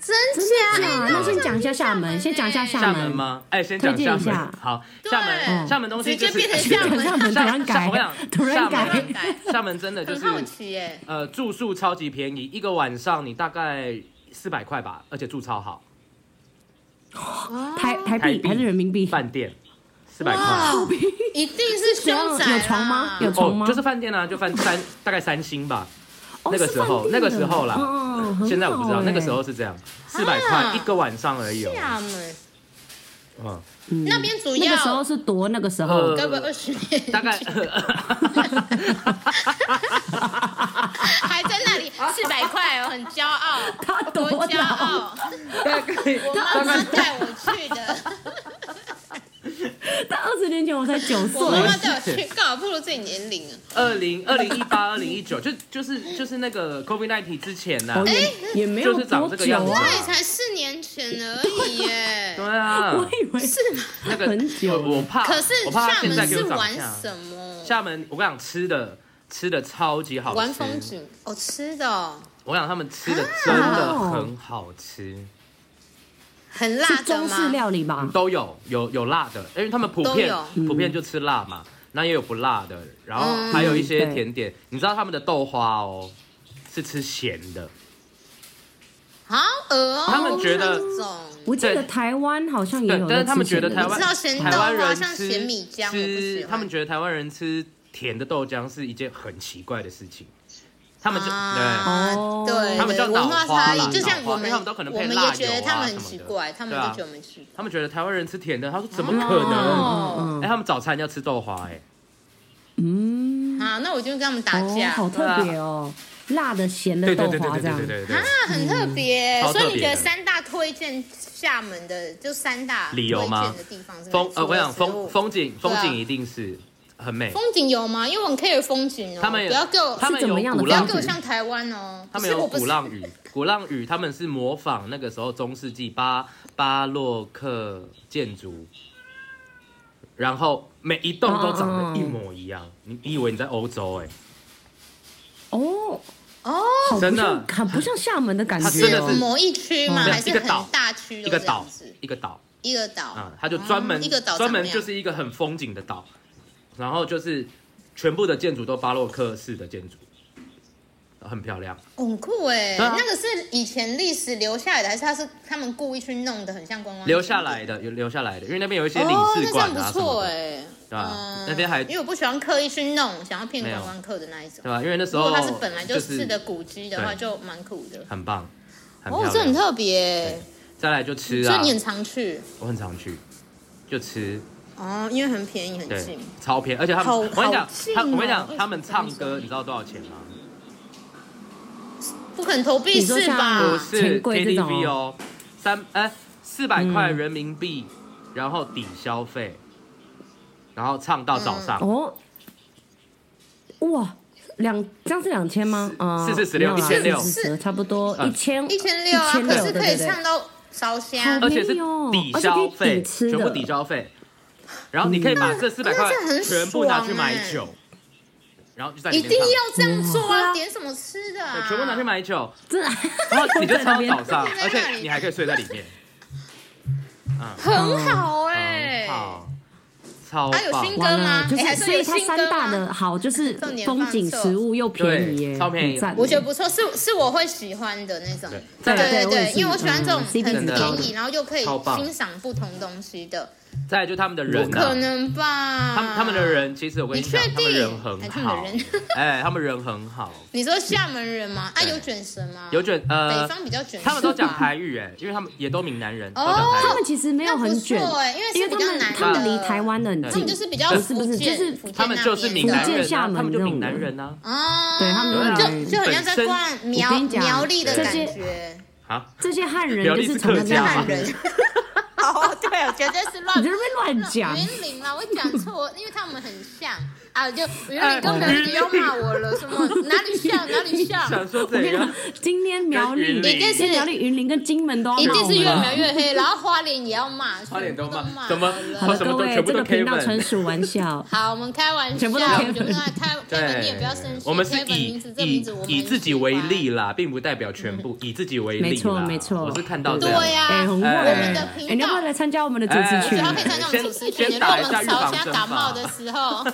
Speaker 1: 真
Speaker 3: 真的
Speaker 1: 假？哎
Speaker 3: 假的？那先讲一下厦门，先讲一下
Speaker 4: 厦
Speaker 3: 厦
Speaker 4: 门吗？哎，先
Speaker 3: 推
Speaker 4: 讲
Speaker 3: 荐
Speaker 4: 厦
Speaker 3: 一下
Speaker 4: 门。好，
Speaker 1: 对
Speaker 4: 厦门，
Speaker 1: 嗯
Speaker 4: 厦门东西就
Speaker 1: 直接
Speaker 4: 是
Speaker 1: 变成
Speaker 4: [LAUGHS]
Speaker 1: 厦门
Speaker 3: 厦 [LAUGHS] 门突然改
Speaker 4: 我想
Speaker 3: 突然
Speaker 4: 厦
Speaker 3: 改
Speaker 4: 门 [LAUGHS] 厦门真的就
Speaker 1: 很
Speaker 4: 是
Speaker 1: 好奇哎。
Speaker 4: 呃住宿超级便宜，一个晚上你大概四百块吧，而且住超好，
Speaker 3: 台台
Speaker 4: 台
Speaker 3: 币
Speaker 4: 币
Speaker 3: 还是人民币？
Speaker 4: 饭店四百块。
Speaker 1: 哇，一定是凶宅
Speaker 3: 怎
Speaker 1: 啦
Speaker 3: 样有床吗有床
Speaker 4: 哦
Speaker 3: 吗，
Speaker 4: 就是饭店啊，就饭三大概三星吧，
Speaker 3: 哦
Speaker 4: 那个
Speaker 3: 是
Speaker 4: 时候
Speaker 3: 饭
Speaker 4: 那
Speaker 3: 店
Speaker 4: 个时
Speaker 3: 的
Speaker 4: 候啦，
Speaker 3: 嗯很
Speaker 4: 现在我不知道，
Speaker 3: 好
Speaker 4: 那个
Speaker 3: 欸
Speaker 4: 时候是这样，四百块一个晚上而已哦，
Speaker 3: 啊
Speaker 1: 厦门
Speaker 4: 嗯，
Speaker 1: 那边主
Speaker 3: 那个时候
Speaker 1: 要
Speaker 3: 是多那个时候。
Speaker 4: 呃
Speaker 1: 该不会二十年
Speaker 4: 大概
Speaker 1: [LAUGHS] 还在那里四百块哦，很骄傲，
Speaker 3: 他
Speaker 1: 多
Speaker 3: 多
Speaker 1: 骄
Speaker 3: 老？
Speaker 1: 傲！
Speaker 4: 大概
Speaker 1: 我妈妈带我去的，
Speaker 3: 他二十年前我才九岁
Speaker 1: 我，妈妈带我去，刚好暴露自己年龄啊了。
Speaker 4: [LAUGHS] 二零二零一八、二零一九，就就是就是那个 COVID nineteen 之前呢、
Speaker 3: 哦也也没有
Speaker 4: 哎就是长
Speaker 3: 多
Speaker 4: 这个样
Speaker 3: 久
Speaker 4: 子
Speaker 3: 啊
Speaker 4: 啊。
Speaker 1: 那也才四年前而已耶
Speaker 4: 对。啊，
Speaker 3: [LAUGHS] 我以为是
Speaker 4: 那个
Speaker 3: 很久了
Speaker 4: 我我怕，
Speaker 1: 可是
Speaker 4: 我怕他
Speaker 1: 厦
Speaker 4: 现在
Speaker 1: 门
Speaker 4: 给
Speaker 1: 是
Speaker 4: 我长
Speaker 1: 玩
Speaker 4: 相。
Speaker 1: 什么？
Speaker 4: 厦门，我跟你讲，吃的吃的超级好吃，
Speaker 1: 玩风。景哦，吃的哦，
Speaker 4: 我想他们吃
Speaker 3: 啊
Speaker 4: 的真的
Speaker 3: 哦
Speaker 4: 很好吃，
Speaker 1: 很辣
Speaker 3: 是
Speaker 1: 的
Speaker 3: 中式
Speaker 1: 吗？
Speaker 3: 料理吧？
Speaker 4: 都有有有辣的，因为他们普
Speaker 1: 都
Speaker 4: 遍
Speaker 1: 有
Speaker 4: 普遍就吃辣嘛，那也有不辣的，然后
Speaker 1: 嗯
Speaker 4: 还有一些
Speaker 3: 对
Speaker 4: 甜点。你知道他们的豆花哦，是吃咸的，
Speaker 1: 好恶哦，
Speaker 4: 他们觉得
Speaker 1: 这种
Speaker 3: 我记得
Speaker 4: 对
Speaker 3: 台湾好像也
Speaker 4: 对
Speaker 3: 有，，
Speaker 4: 但是他们觉得台湾
Speaker 1: 我知道咸豆花
Speaker 4: 台湾人
Speaker 1: 像
Speaker 4: 吃
Speaker 1: 咸米浆我不喜
Speaker 4: 吃
Speaker 1: 欢
Speaker 4: 他们觉得台湾人吃甜的豆浆是一件很奇怪的事情，他们就、
Speaker 1: 啊
Speaker 3: 哦
Speaker 1: 对，
Speaker 4: 他们叫
Speaker 1: 对文化
Speaker 4: 脑花
Speaker 1: 差
Speaker 4: 啦
Speaker 1: 异，就像
Speaker 4: 脑花
Speaker 1: 我
Speaker 4: 因
Speaker 1: 们
Speaker 4: 为他们都可能配
Speaker 1: 我们
Speaker 4: 辣
Speaker 1: 也觉
Speaker 4: 油
Speaker 1: 得
Speaker 4: 啊
Speaker 1: 他们很
Speaker 4: 什么
Speaker 1: 奇
Speaker 4: 的
Speaker 1: 怪，他们
Speaker 4: 对啊
Speaker 1: 都觉得我们奇
Speaker 4: 对
Speaker 1: 怪。
Speaker 4: 他们觉得台湾人吃甜的，他说怎么可能？
Speaker 1: 哦
Speaker 4: 哎、他们早餐要吃豆花、哎，
Speaker 3: 嗯，
Speaker 1: 啊，那我就跟他们打
Speaker 3: 哦，
Speaker 1: 架
Speaker 3: 好
Speaker 4: 啊
Speaker 3: 特别哦，辣的、咸的
Speaker 4: 对
Speaker 3: 豆
Speaker 4: 对对
Speaker 3: 花这
Speaker 4: 对对
Speaker 3: 样
Speaker 4: 对。对对
Speaker 1: 啊
Speaker 4: 对，，
Speaker 1: 很特
Speaker 3: 嗯
Speaker 1: 别。
Speaker 4: 超
Speaker 1: 所
Speaker 4: 特别
Speaker 1: 以
Speaker 4: 的
Speaker 1: 你觉得三大推荐厦门的，就三大
Speaker 4: 理由吗
Speaker 1: 推荐的地方是
Speaker 4: 风呃，我想
Speaker 1: 想
Speaker 4: 风风景风
Speaker 1: 对啊
Speaker 4: 景一定是很美，
Speaker 1: 风景有吗？因为我很 care 风景哦，
Speaker 4: 他们有
Speaker 1: 不要给我
Speaker 4: 他们
Speaker 3: 是怎
Speaker 4: 有
Speaker 3: 么样的
Speaker 4: 鼓
Speaker 1: 不要
Speaker 4: 浪
Speaker 1: 给
Speaker 4: 屿
Speaker 1: 我。像台湾哦，
Speaker 4: 他们
Speaker 1: 不
Speaker 4: 有
Speaker 1: 是我不
Speaker 4: 鼓
Speaker 1: 是
Speaker 4: 浪屿，鼓浪屿他们是模仿那个时候中世纪巴巴洛克建筑，然后每一栋都长得一模一样。
Speaker 1: 嗯
Speaker 4: 你你以为你在欧洲哎、
Speaker 3: 哦，
Speaker 1: 哦，
Speaker 3: 好不
Speaker 4: 真的
Speaker 3: 像，很不像厦门的感
Speaker 4: 它
Speaker 3: 觉
Speaker 4: 真的
Speaker 1: 是
Speaker 4: 是
Speaker 3: 哦。
Speaker 1: 某一区吗？
Speaker 4: 没有
Speaker 1: 还是
Speaker 4: 一个岛
Speaker 1: 很大区
Speaker 4: 一
Speaker 1: 都
Speaker 4: 个
Speaker 1: 这样
Speaker 4: 岛
Speaker 1: 子？
Speaker 4: 一个岛
Speaker 1: 一个岛
Speaker 4: 啊、它就专门、
Speaker 1: 哦一个岛
Speaker 4: 专门
Speaker 1: 长那样
Speaker 4: 就是一个很风景的岛，然后就是全部的建筑都巴洛克式的建筑，很漂亮。
Speaker 1: 哦很酷哎、
Speaker 4: 对啊
Speaker 1: 那个是以前历史留下来的，还是他是他们故意去弄得很像观光
Speaker 4: 留下来的有留下来的，因为那边有一些
Speaker 1: 哦，
Speaker 4: 领
Speaker 1: 那
Speaker 4: 事
Speaker 1: 这样
Speaker 4: 馆
Speaker 1: 不
Speaker 4: 啊什
Speaker 1: 错
Speaker 4: 么
Speaker 1: 哎、
Speaker 4: 的，对啊
Speaker 1: 嗯，
Speaker 4: 那边还
Speaker 1: 因为我不喜欢刻意去弄，想要骗
Speaker 4: 没有
Speaker 1: 观光客的那一种
Speaker 4: 对。吧？因为那时
Speaker 1: 如
Speaker 4: 候
Speaker 1: 果它是本来
Speaker 4: 就是
Speaker 1: 的古迹的话，
Speaker 4: 对
Speaker 1: 就蛮酷的。
Speaker 4: 很棒，很
Speaker 1: 哦，
Speaker 4: 漂
Speaker 1: 这很
Speaker 4: 亮。
Speaker 1: 特别，欸
Speaker 4: 再来就吃
Speaker 1: 所以
Speaker 4: 啊
Speaker 1: 你，很常去
Speaker 4: 我很常去，就吃，
Speaker 1: 哦，因为很便宜很
Speaker 4: 对
Speaker 1: 近。，
Speaker 4: 超便宜，而且他们，
Speaker 1: 好
Speaker 4: 我跟你
Speaker 1: 好
Speaker 4: 讲，
Speaker 1: 近
Speaker 4: 他我跟
Speaker 1: 哦
Speaker 4: 你讲，他们
Speaker 1: 23
Speaker 4: 唱歌，你知道多少钱吗？
Speaker 1: 不可能投币
Speaker 3: 你说
Speaker 1: 是
Speaker 3: 像
Speaker 1: 吧？
Speaker 4: 不
Speaker 3: 钱
Speaker 4: 是
Speaker 3: 柜这种
Speaker 4: KTV 哦，三哎四百块
Speaker 3: 嗯
Speaker 4: 人民币，然后抵消费，然后唱到早上，
Speaker 3: 哦，哇，两这样是两千吗？啊、
Speaker 4: 是是16
Speaker 3: 没有啦
Speaker 4: 16
Speaker 3: 是是是差不多
Speaker 4: 嗯
Speaker 3: 一千
Speaker 1: 一千六啊，
Speaker 3: 1600
Speaker 1: 可是
Speaker 3: 对
Speaker 1: 可以
Speaker 3: 对对
Speaker 1: 唱到烧
Speaker 3: 好
Speaker 1: 香，
Speaker 4: 而且是
Speaker 3: 没有
Speaker 4: 抵
Speaker 3: 哦而且可
Speaker 4: 消
Speaker 3: 以
Speaker 4: 费，
Speaker 3: 抵吃
Speaker 4: 全部
Speaker 3: 的
Speaker 4: 抵消费，然后你可以把这四百块
Speaker 1: 那这很
Speaker 4: 全部拿
Speaker 1: 爽
Speaker 4: 去买
Speaker 1: 欸
Speaker 4: 酒，然后就在里
Speaker 1: 一
Speaker 4: 面
Speaker 1: 定
Speaker 4: 唱
Speaker 1: 要这样做
Speaker 3: 对
Speaker 1: 啊！
Speaker 3: 啊
Speaker 1: 点什么吃的啊
Speaker 4: 对？全部拿去买酒，
Speaker 3: 这
Speaker 4: 然后你就唱到早上
Speaker 1: [LAUGHS] 在那，里
Speaker 4: 而且你还可以睡在里面，
Speaker 1: 很好哎
Speaker 4: 嗯很。好，超
Speaker 1: 啊有新
Speaker 4: 棒
Speaker 1: 歌。
Speaker 3: 完
Speaker 1: 吗
Speaker 3: 了，就
Speaker 1: 哎还是
Speaker 3: 是所以它
Speaker 1: 有新歌
Speaker 3: 三大的好就是
Speaker 1: 重点
Speaker 3: 风景、
Speaker 1: 放错
Speaker 3: 食物又便宜耶，
Speaker 4: 对超便宜
Speaker 3: 很赞
Speaker 1: 我觉得不错，是是我会喜欢的那种。
Speaker 4: 对
Speaker 3: 对
Speaker 1: 对
Speaker 3: 对我也是
Speaker 1: 因为我喜欢这种
Speaker 3: 嗯
Speaker 1: 很
Speaker 3: CP
Speaker 1: 便
Speaker 4: 值高
Speaker 1: 宜，
Speaker 4: 的
Speaker 1: 然后又可以
Speaker 4: 超棒
Speaker 1: 欣赏不同东西的，
Speaker 4: 再来就他们的人
Speaker 1: 不
Speaker 4: 啊
Speaker 1: 可，能吧？
Speaker 4: 他们他们的，人其实我跟
Speaker 1: 你
Speaker 4: 讲
Speaker 1: 确，
Speaker 4: 他们人
Speaker 1: 定？哎
Speaker 4: 很
Speaker 1: 他们
Speaker 4: 好
Speaker 1: 的，人
Speaker 4: 哎，他们人
Speaker 1: [LAUGHS]
Speaker 4: 很好，
Speaker 1: 你说厦门人吗？啊，
Speaker 4: 对
Speaker 1: 有卷舌吗？
Speaker 4: 有卷
Speaker 1: 北
Speaker 4: 呃，
Speaker 1: 方比较卷舌吧，
Speaker 4: 他们都讲台语哎，因为他们也都闽南人，都
Speaker 1: 哦
Speaker 4: 讲台
Speaker 3: 他
Speaker 4: 语。
Speaker 3: 们其实没有很卷
Speaker 1: 那不错欸因为是
Speaker 3: 因为他
Speaker 1: 比较
Speaker 3: 们
Speaker 1: 南的
Speaker 3: 他们离台湾
Speaker 1: [LAUGHS]
Speaker 3: 很
Speaker 1: 他
Speaker 3: 近
Speaker 1: 们就，是比较
Speaker 4: 不
Speaker 3: 呃是不
Speaker 1: 福
Speaker 3: 是
Speaker 1: 建，
Speaker 3: 就是
Speaker 1: 福建
Speaker 4: 他们就是
Speaker 1: 那边
Speaker 4: 闽
Speaker 1: 的
Speaker 4: 南
Speaker 3: 福建
Speaker 4: 人
Speaker 3: 厦
Speaker 4: 啊，
Speaker 3: 门
Speaker 4: 他们就
Speaker 3: 那种
Speaker 4: 闽南
Speaker 3: 人
Speaker 4: 人啊，
Speaker 1: 哦，
Speaker 3: 对他们
Speaker 4: 闽南
Speaker 1: 就
Speaker 4: 人
Speaker 1: 就很像
Speaker 4: 本
Speaker 1: 在
Speaker 4: 身
Speaker 1: 逛苗
Speaker 3: 我跟你讲
Speaker 1: 苗栗的
Speaker 3: 这
Speaker 1: 感
Speaker 3: 些
Speaker 1: 觉，
Speaker 4: 啊，
Speaker 3: 这些汉人
Speaker 4: 苗
Speaker 3: 就
Speaker 4: 栗是
Speaker 3: 从那
Speaker 4: 客
Speaker 1: 这
Speaker 3: 边
Speaker 4: 这家样吗
Speaker 1: 汉
Speaker 3: 来
Speaker 1: 人
Speaker 3: 的，。
Speaker 1: 哦，对，我绝对是乱
Speaker 3: 你在那边乱讲。
Speaker 1: 云林啦，我讲错，因为他们很像啊，
Speaker 3: 呃
Speaker 1: 就云林
Speaker 4: 哎
Speaker 1: 跟苗栗不要骂我了，什么哪里像哪里像，
Speaker 4: 想说
Speaker 3: 我跟
Speaker 4: 怎
Speaker 3: 你
Speaker 1: [LAUGHS]
Speaker 4: 样
Speaker 3: 讲？，今天苗栗、
Speaker 4: 跟云林
Speaker 1: 一定是
Speaker 3: 今天苗栗、云林跟金门都要
Speaker 1: 一定是越
Speaker 3: 骂我们
Speaker 1: 描越黑，然后花莲也要骂，
Speaker 4: 花莲都骂
Speaker 1: 全部
Speaker 4: 怎么
Speaker 1: 了。
Speaker 3: 好了，
Speaker 4: 哦什么
Speaker 3: 各
Speaker 4: 都
Speaker 3: 位，
Speaker 4: 全部
Speaker 3: 这
Speaker 4: 都
Speaker 3: 个频道
Speaker 4: Kevin
Speaker 3: 纯属玩
Speaker 1: [LAUGHS]
Speaker 3: 笑
Speaker 1: 好，我们开玩笑，
Speaker 3: 全部都
Speaker 1: 我们
Speaker 3: Kevin
Speaker 1: 就开开开门
Speaker 4: 对
Speaker 1: 店，不要生气。
Speaker 4: 我们是
Speaker 1: Kevin
Speaker 4: 以
Speaker 1: 名字这名
Speaker 4: 以
Speaker 1: 字，我们
Speaker 4: 以自己
Speaker 1: 喜欢
Speaker 4: 为例。啦，并不代表全
Speaker 1: [LAUGHS]
Speaker 4: 部，以自己为例啦。
Speaker 3: 没错没错
Speaker 4: 我是看到这
Speaker 1: 对
Speaker 4: 样。
Speaker 1: 呀、
Speaker 3: 哎，很会
Speaker 4: 哎
Speaker 1: 我们的
Speaker 3: 哎，
Speaker 1: 频
Speaker 3: 你要不
Speaker 1: 道
Speaker 3: 要来参加我们的主
Speaker 4: 哎
Speaker 3: 持
Speaker 1: 主
Speaker 3: 群？
Speaker 1: 要可以参加我们主持群，如
Speaker 4: 先
Speaker 1: 果我
Speaker 4: 打一
Speaker 1: 们
Speaker 4: 下预
Speaker 1: 朝
Speaker 4: 防
Speaker 1: 香
Speaker 4: 针
Speaker 1: 感冒
Speaker 4: 吧
Speaker 1: 的时候，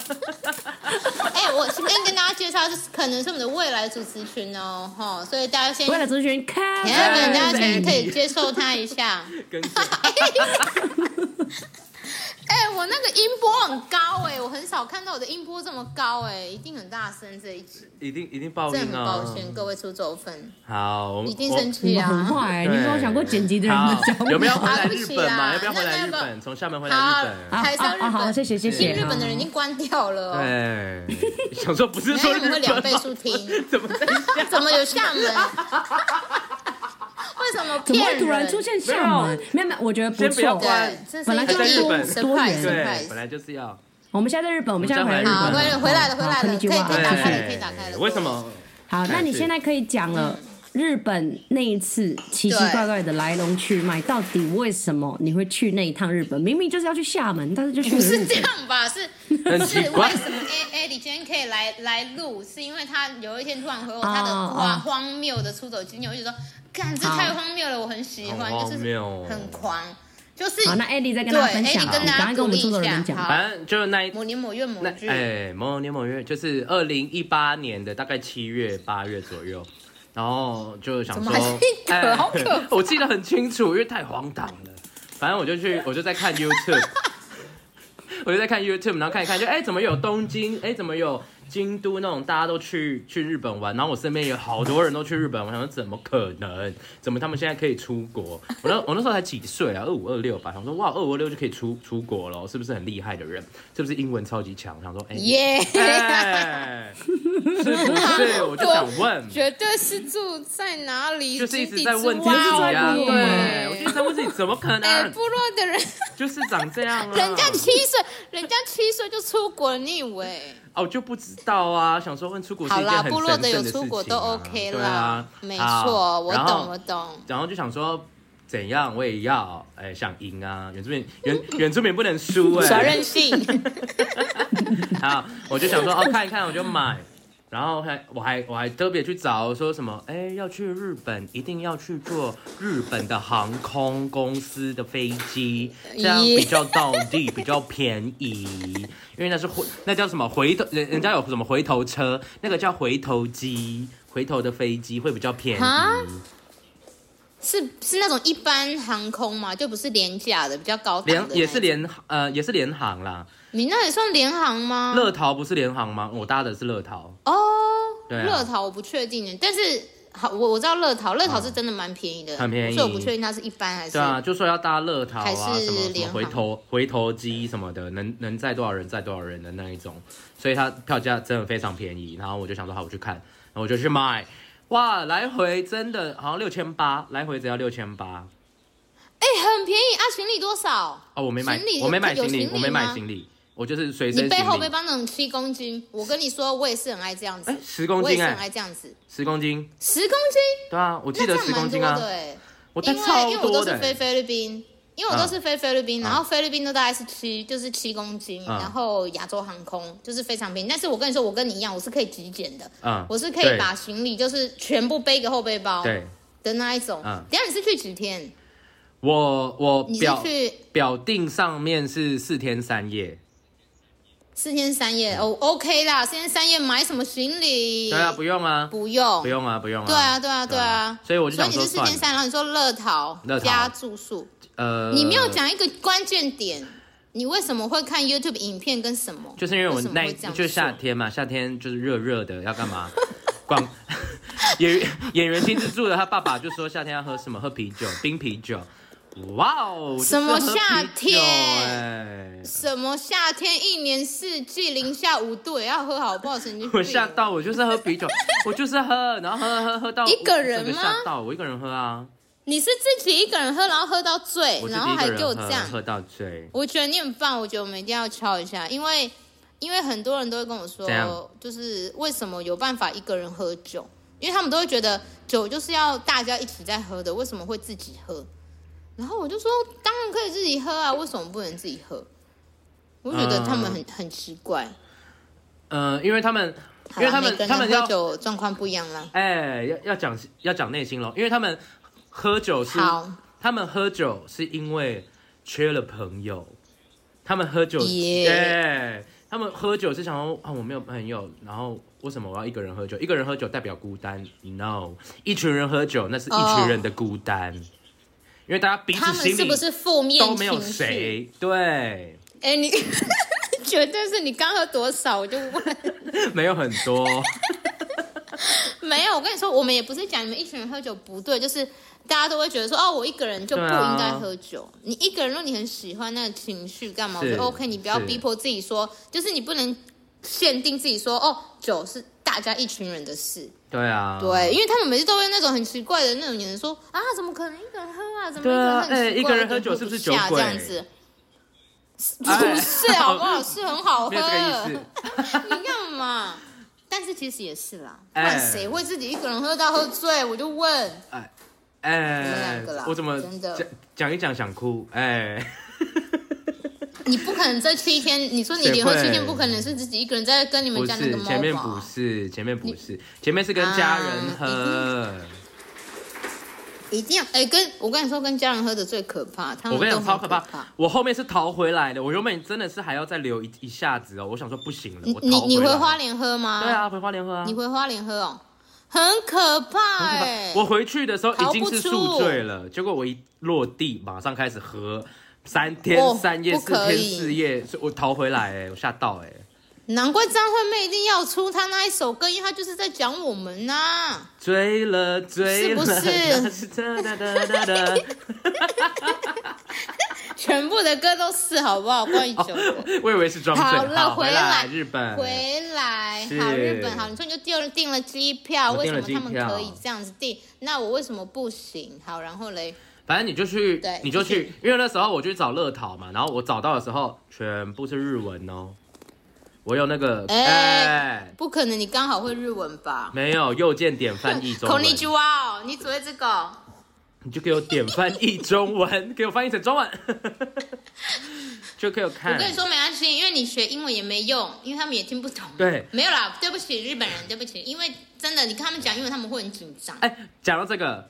Speaker 1: 哎、我先跟大家介绍，就是可能是我们的未来主持群哦，吼，所以大家先
Speaker 3: 为了族
Speaker 1: [LAUGHS]
Speaker 3: 群开。
Speaker 1: Kevin，
Speaker 4: 哎
Speaker 1: 大家先可以接受他啊一 [LAUGHS] 下。
Speaker 4: 跟着
Speaker 1: 哎、我那个音波很高哎、我很少看到我的音波这么高哎、一定很大声这一集，
Speaker 4: 一定一定报
Speaker 1: 真的
Speaker 4: 应
Speaker 1: 很
Speaker 4: 啊
Speaker 1: 抱！歉各位出走粉，
Speaker 4: 好，我们
Speaker 1: 一定
Speaker 4: 我
Speaker 1: 生
Speaker 3: 你
Speaker 1: 气
Speaker 3: 们
Speaker 1: 啊！
Speaker 3: 很坏，哎你
Speaker 4: 对
Speaker 3: 没有想过剪辑的人
Speaker 4: 好
Speaker 3: 的想法
Speaker 4: 有没有回
Speaker 1: 啊
Speaker 4: 来
Speaker 1: 对不
Speaker 4: 日
Speaker 1: 起
Speaker 4: 本
Speaker 1: 啦
Speaker 4: 嘛？要不要回
Speaker 1: 那
Speaker 4: 来
Speaker 1: 那
Speaker 4: 日
Speaker 1: 个
Speaker 4: 本？从厦门回来
Speaker 1: 好
Speaker 4: 日，本？
Speaker 1: 台上日
Speaker 3: 啊
Speaker 1: 本，
Speaker 3: 啊好谢谢谢
Speaker 1: 进
Speaker 3: 谢
Speaker 1: 日本的人已经关掉了哦。 [LAUGHS]
Speaker 4: 对，哎想说不是
Speaker 1: 没
Speaker 4: 说
Speaker 1: 有，我
Speaker 4: 日
Speaker 1: 们会
Speaker 4: 本
Speaker 1: 两倍
Speaker 4: 吗
Speaker 1: 速
Speaker 4: [LAUGHS]
Speaker 1: 听，
Speaker 4: 怎么在下？
Speaker 1: 怎么有厦 [LAUGHS] 门？为什么
Speaker 3: 怎么
Speaker 1: 骗人？
Speaker 3: 会突然出现厦门？没有没有，我觉得不
Speaker 4: 先不要
Speaker 3: 错。
Speaker 1: 对，这是
Speaker 3: 本来
Speaker 1: 一个
Speaker 3: 就
Speaker 4: 在日本
Speaker 1: 多元
Speaker 3: 多
Speaker 4: 对，本
Speaker 1: surprise。
Speaker 4: 来就是要。
Speaker 3: 我们现在在日本，我们现在回来日
Speaker 4: 我
Speaker 1: 好，
Speaker 4: 们
Speaker 1: 回来
Speaker 3: 本。
Speaker 1: 了，回来了，回来
Speaker 3: 好
Speaker 1: 了，可以，可以
Speaker 3: 好
Speaker 1: 打开了，可以
Speaker 4: 对
Speaker 1: 打开了。
Speaker 4: 为什？么？
Speaker 3: 好，那你现在可以讲了日本那一次奇奇怪怪的来龙去脉，到底为什么你会去那一趟日本？明明就是要去厦门，但是就去
Speaker 1: 不
Speaker 3: 了
Speaker 1: 是
Speaker 3: 日
Speaker 1: 这
Speaker 3: 本。
Speaker 1: 样吧？是
Speaker 4: [LAUGHS] 很
Speaker 1: 是
Speaker 4: 奇
Speaker 1: 为
Speaker 4: 怪
Speaker 1: 什么 A A 李娟可以来来录？是因为她有一天突然回我她的
Speaker 3: 哦
Speaker 1: 荒
Speaker 3: 哦
Speaker 1: 荒谬的出走经历，我就说，干这太荒谬了，我很喜欢，
Speaker 4: 好
Speaker 1: 就
Speaker 4: 荒
Speaker 1: 是
Speaker 4: 谬哦
Speaker 1: 很狂，就是
Speaker 3: 好，那艾莉再跟大家分享，
Speaker 1: 对，Eddie 哎跟大
Speaker 3: 赶
Speaker 1: 家
Speaker 3: 快跟我们出走人
Speaker 1: 鼓励一下
Speaker 3: 讲。
Speaker 1: 好
Speaker 4: 反正就是那一
Speaker 1: 某年某月某
Speaker 4: 那
Speaker 1: 日。
Speaker 4: 哎，某年某月就是二零一八年的大概七月八月左右，然后就想
Speaker 1: 怎么
Speaker 4: 说哎
Speaker 1: 还记，得好可怕
Speaker 4: [LAUGHS] 我记得很清楚，因为太荒唐了。反正我就去，我就在看 YouTube，我就在看 YouTube，然后看一看，就哎、怎么有东京，哎、怎么有京都那种大家都去去日本玩，然后我身边有好多人都去日本，我想说怎么可能？怎么他们现在可以出国？我那我那时候才几岁啊，二五二六吧，想说哇，二五二六就可以出出国了，是不是很厉害的人？是不是英文超级强？我想说哎。
Speaker 1: 耶、
Speaker 4: 哎，是不 [LAUGHS] 是？我就想问，
Speaker 1: [LAUGHS] 绝对是住在哪里？
Speaker 4: 就是一直
Speaker 1: 井
Speaker 4: 在
Speaker 1: 底
Speaker 4: 问
Speaker 1: 之
Speaker 4: 自
Speaker 1: 蛙
Speaker 4: 己
Speaker 1: 哦
Speaker 4: 啊呀、
Speaker 3: 井底之蛙
Speaker 4: 对，我就一直嗯在问自己，怎么可
Speaker 1: 哎、
Speaker 4: 能？
Speaker 1: 部落的人，
Speaker 4: 就是长这样啊！
Speaker 1: 人家七岁，人家七岁就出国了，你以为？
Speaker 4: 哦，我就不知道啊，想说问出国是一
Speaker 1: 好
Speaker 4: 件
Speaker 1: 啦，
Speaker 4: 很
Speaker 1: 部
Speaker 4: 神
Speaker 1: 落
Speaker 4: 圣
Speaker 1: 的
Speaker 4: 的
Speaker 1: 有
Speaker 4: 事情
Speaker 1: 出国都
Speaker 4: 啊
Speaker 1: OK
Speaker 4: 对
Speaker 1: 啦，
Speaker 4: 啊，
Speaker 1: 没
Speaker 4: 好
Speaker 1: 错，我
Speaker 4: 然后
Speaker 1: 懂，我懂。
Speaker 4: 然后就想说，怎样我也要，哎、想赢啊！原住民原原住民不能
Speaker 1: [LAUGHS]
Speaker 4: 输哎、 [LAUGHS]
Speaker 1: 耍任性，
Speaker 4: 啊，我就想说哦，看一看，我就买。然后还我还我还特别去找说什么，哎，要去日本一定要去坐日本的航空公司的飞机，这样比较到地，比较便宜，因为那是回那叫什么回头人人家有什么回头车，那个叫回头机，回头的飞机会比较便宜。
Speaker 1: 啊
Speaker 4: 嗯
Speaker 1: 是是那种一般航空嘛，就不是廉价的，比较高档的那
Speaker 4: 联
Speaker 1: 种。
Speaker 4: 也是联呃也是联航啦，
Speaker 1: 你那也算联航吗？
Speaker 4: 乐桃不是联航吗？我搭的是乐桃，
Speaker 1: 哦，
Speaker 4: 对啊
Speaker 1: 乐桃我不确定耶，但是好，我我知道乐桃，乐桃是真的蛮便宜的，
Speaker 4: 嗯很便宜
Speaker 1: 所以我不确定它是一般还是
Speaker 4: 对啊，就说要搭乐桃啊，
Speaker 1: 还是
Speaker 4: 什么什
Speaker 1: 联航
Speaker 4: 么回头回头机什么的，能能载多少人载多少人的那一种，所以它票价真的非常便宜。然后我就想说，好，我去看，然后我就去买，哇，来回真的好像六千八，来回只要六千八。
Speaker 1: 哎、很便宜啊！行李多少？
Speaker 4: 哦，我没买
Speaker 1: 行李，
Speaker 4: 我没买
Speaker 1: 有
Speaker 4: 行
Speaker 1: 行
Speaker 4: 李，
Speaker 1: 李
Speaker 4: 我没买
Speaker 1: 吗
Speaker 4: 行李，我就是随
Speaker 1: 你
Speaker 4: 身
Speaker 1: 背后
Speaker 4: 行
Speaker 1: 背
Speaker 4: 李。
Speaker 1: 包那种七公斤，我跟你说，我也是很爱这样子，
Speaker 4: 哎，十公
Speaker 1: 我也
Speaker 4: 斤
Speaker 1: 是很
Speaker 4: 哎、
Speaker 1: 爱这样子，
Speaker 4: 十公斤，
Speaker 1: 十公斤，
Speaker 4: 对啊，我记
Speaker 1: 那
Speaker 4: 得
Speaker 1: 这样
Speaker 4: 十公
Speaker 1: 蛮多
Speaker 4: 斤
Speaker 1: 的
Speaker 4: 啊，
Speaker 1: 哎、
Speaker 4: 我带
Speaker 1: 因为因为我
Speaker 4: 超多
Speaker 1: 都
Speaker 4: 的、欸嗯
Speaker 1: 是飞菲律宾，因为我都是飞菲律宾，然后菲律宾都大概是七，就是七公斤，
Speaker 4: 嗯
Speaker 1: 然后亚洲航空就是非常便宜。但是我跟你说，我跟你一样，我是可以极简的，
Speaker 4: 嗯
Speaker 1: 我是可以
Speaker 4: 对
Speaker 1: 把行李就是全部背一个后背包
Speaker 4: 对，
Speaker 1: 的那一种。
Speaker 4: 嗯
Speaker 1: 等一下你是去几天？
Speaker 4: 我我
Speaker 1: 你是
Speaker 4: 表
Speaker 1: 去
Speaker 4: 表定上面是四天三夜，
Speaker 1: 四天三夜？哦，OK 啦，四天三夜买什么行李？
Speaker 4: 嗯对啊，不用啊，
Speaker 1: 不用，
Speaker 4: 不。用啊，不用啊，
Speaker 1: 哦对啊，对啊，对啊。
Speaker 4: 所以我就
Speaker 1: 所以
Speaker 4: 想
Speaker 1: 你
Speaker 4: 说
Speaker 1: 是四
Speaker 4: 算
Speaker 1: 天
Speaker 4: 了，
Speaker 1: 三，然后你说乐桃
Speaker 4: 乐桃
Speaker 1: 加住宿，
Speaker 4: 呃，
Speaker 1: 你没有，讲一个关键点，你为什么会看 YouTube 影片跟什么？
Speaker 4: 就是因为我
Speaker 1: 为什么
Speaker 4: 那
Speaker 1: 会这样
Speaker 4: 就夏
Speaker 1: 说
Speaker 4: 天嘛，夏天就是热热的，要干
Speaker 1: [LAUGHS]
Speaker 4: 嘛？逛 [LAUGHS] 演员演员金之助的他爸爸就说夏天要喝什么？喝啤酒，冰啤酒。哇哦，就是
Speaker 1: 什么
Speaker 4: 喝啤
Speaker 1: 夏
Speaker 4: 酒
Speaker 1: 天
Speaker 4: 哎
Speaker 1: 什么夏天一年四季零下五度也要喝好不好？神经病！
Speaker 4: 我吓到，我就是喝啤
Speaker 1: [LAUGHS]
Speaker 4: 酒，我就是喝，然后喝喝喝到
Speaker 1: 一个人
Speaker 4: 整个
Speaker 1: 吗
Speaker 4: 吓到，我一个人喝啊，
Speaker 1: 你是自己一个人喝，然后喝到醉，
Speaker 4: 我自
Speaker 1: 然
Speaker 4: 己
Speaker 1: 后
Speaker 4: 一
Speaker 1: 还
Speaker 4: 个
Speaker 1: 给我
Speaker 4: 人
Speaker 1: 这
Speaker 4: 喝，
Speaker 1: 样。
Speaker 4: 喝到醉。
Speaker 1: 我觉得你很棒，我觉得我们一定要敲一下，因为因为很多人都会跟我说
Speaker 4: 怎样，
Speaker 1: 就是为什么有办法一个人喝酒，因为他们都会觉得酒就是要大家一起在喝的，为什么会自己喝？然后我就说，当然可以自己喝啊，为什么不能自己喝？我觉得他们很、很奇怪，
Speaker 4: 嗯，因为他们，
Speaker 1: 好
Speaker 4: 因
Speaker 1: 啦
Speaker 4: 为他
Speaker 1: 每
Speaker 4: 们
Speaker 1: 个
Speaker 4: 他们
Speaker 1: 人
Speaker 4: 要
Speaker 1: 喝酒状况不一样啦。
Speaker 4: 哎，要要讲要讲内心咯，因为他们喝酒是，
Speaker 1: 好，
Speaker 4: 他们喝酒是因为缺了朋友，他们喝酒，
Speaker 1: 耶
Speaker 4: 哎他们喝酒是想说啊我没有朋友，然后为什么我要一个人喝酒？一个人喝酒代表孤单，no，一群人喝酒那是一
Speaker 1: 哦
Speaker 4: 群人的孤单，因为大家彼
Speaker 1: 他
Speaker 4: 此
Speaker 1: 们
Speaker 4: 心
Speaker 1: 是
Speaker 4: 里
Speaker 1: 不是负面
Speaker 4: 都没有
Speaker 1: 情绪？
Speaker 4: 谁，对，
Speaker 1: 哎、你 [LAUGHS] 绝对是你刚喝多少？我就问，
Speaker 4: 没有很多，
Speaker 1: 没有。我跟你说，我们也不是讲你们一群人喝酒不对，就是大家都会觉得说，哦，我一个人就不
Speaker 4: 对
Speaker 1: 应
Speaker 4: 啊
Speaker 1: 该喝酒。你一个人，如果你很喜欢那个情绪，干嘛？我觉
Speaker 4: 是
Speaker 1: 得 OK，你不要
Speaker 4: 是
Speaker 1: 逼迫自己说，就是你不能限定自己说，哦，酒是大家一群人的事。
Speaker 4: 对啊，
Speaker 1: [LAUGHS] 对，因为他们每次都会那种很奇怪的那种人说，啊，怎么可能一个人喝啊？怎么一
Speaker 4: 对 [LAUGHS]
Speaker 1: 个人
Speaker 4: 啊
Speaker 1: 很奇怪？
Speaker 4: 哎一个人
Speaker 1: 我
Speaker 4: 喝
Speaker 1: 就
Speaker 4: 酒是不是酒
Speaker 1: 下
Speaker 4: 鬼
Speaker 1: 这样子。
Speaker 4: 哎
Speaker 1: 不是好不好？是很好喝，
Speaker 4: 没有这个意思。
Speaker 1: 你干嘛？但是其实也是啦，不
Speaker 4: 哎
Speaker 1: 然谁会自己一个人喝到喝醉？我就问，
Speaker 4: 哎
Speaker 1: 们两个啦，
Speaker 4: 我怎么
Speaker 1: 真的
Speaker 4: 讲讲一讲想哭？哎，
Speaker 1: 你不可能这七天，你说你
Speaker 4: 谁
Speaker 1: 连喝
Speaker 4: 会
Speaker 1: 七天，不可能是自己一个人在跟你们
Speaker 4: 不
Speaker 1: 家那
Speaker 4: 是
Speaker 1: 个，猫
Speaker 4: 前面
Speaker 1: 吧
Speaker 4: 不是，前面不是，前面是跟家
Speaker 1: 啊
Speaker 4: 人喝。
Speaker 1: 嗯一定要哎、跟我跟你说，跟家人喝的最可怕，他
Speaker 4: 我
Speaker 1: 们
Speaker 4: 跟你
Speaker 1: 都
Speaker 4: 讲
Speaker 1: 很
Speaker 4: 超可
Speaker 1: 可
Speaker 4: 怕，我后面是逃回来的，我原本真的是还要再留一一下子哦，我想说不行了，
Speaker 1: 你
Speaker 4: 我
Speaker 1: 你
Speaker 4: 逃
Speaker 1: 你
Speaker 4: 回
Speaker 1: 回
Speaker 4: 来
Speaker 1: 花？莲喝吗？
Speaker 4: 对，啊，回花莲喝啊
Speaker 1: 你。回花莲喝哦，很可怕
Speaker 4: 很可怕
Speaker 1: 哎、
Speaker 4: 我回去的时候已经是
Speaker 1: 逃不
Speaker 4: 宿
Speaker 1: 出
Speaker 4: 醉了，结果我一落地马上开始喝，三天
Speaker 1: 哦
Speaker 4: 三夜、
Speaker 1: 不
Speaker 4: 四
Speaker 1: 可
Speaker 4: 天
Speaker 1: 以
Speaker 4: 四夜，所以我逃回来，哎，我吓到哎。
Speaker 1: 难怪张惠妹一定要出她那一首歌，因为她就是在讲我们呐、
Speaker 4: 醉了，醉了，
Speaker 1: 是不是
Speaker 4: [LAUGHS] 那哒哒哒哒哒。
Speaker 1: 全部的歌都是好不好？关于酒的。
Speaker 4: 我以为是装醉。
Speaker 1: 好了
Speaker 4: 回
Speaker 1: 回来
Speaker 4: 日本。
Speaker 1: 回来，
Speaker 4: 是
Speaker 1: 好，日本好，你说你就订订了机票，
Speaker 4: 我
Speaker 1: 为什
Speaker 4: 订了
Speaker 1: 么他们
Speaker 4: 机票
Speaker 1: 可以这样子订？那我为什么不行？好，然后嘞，
Speaker 4: 反正你就去
Speaker 1: 对，
Speaker 4: 你就去，因为那时候我去找乐淘嘛，然后我找到的时候全部是日文哦。我有那个哎、
Speaker 1: 哎不可能，你刚好会日文吧？
Speaker 4: 没有右键点翻译中
Speaker 1: 口
Speaker 4: 文，
Speaker 1: 尼猪哇，你只会这个，
Speaker 4: [LAUGHS] 你就给我点翻译中文，给我翻译成中文。就可以看。
Speaker 1: 我跟你说没关系，因为你学英文也没用，因为他们也听不懂。
Speaker 4: 对，
Speaker 1: 没有啦，对不起日本人，对不起，因为真的，你跟他们讲英文，他们会很紧张。
Speaker 4: [LAUGHS] 哎、讲到这个，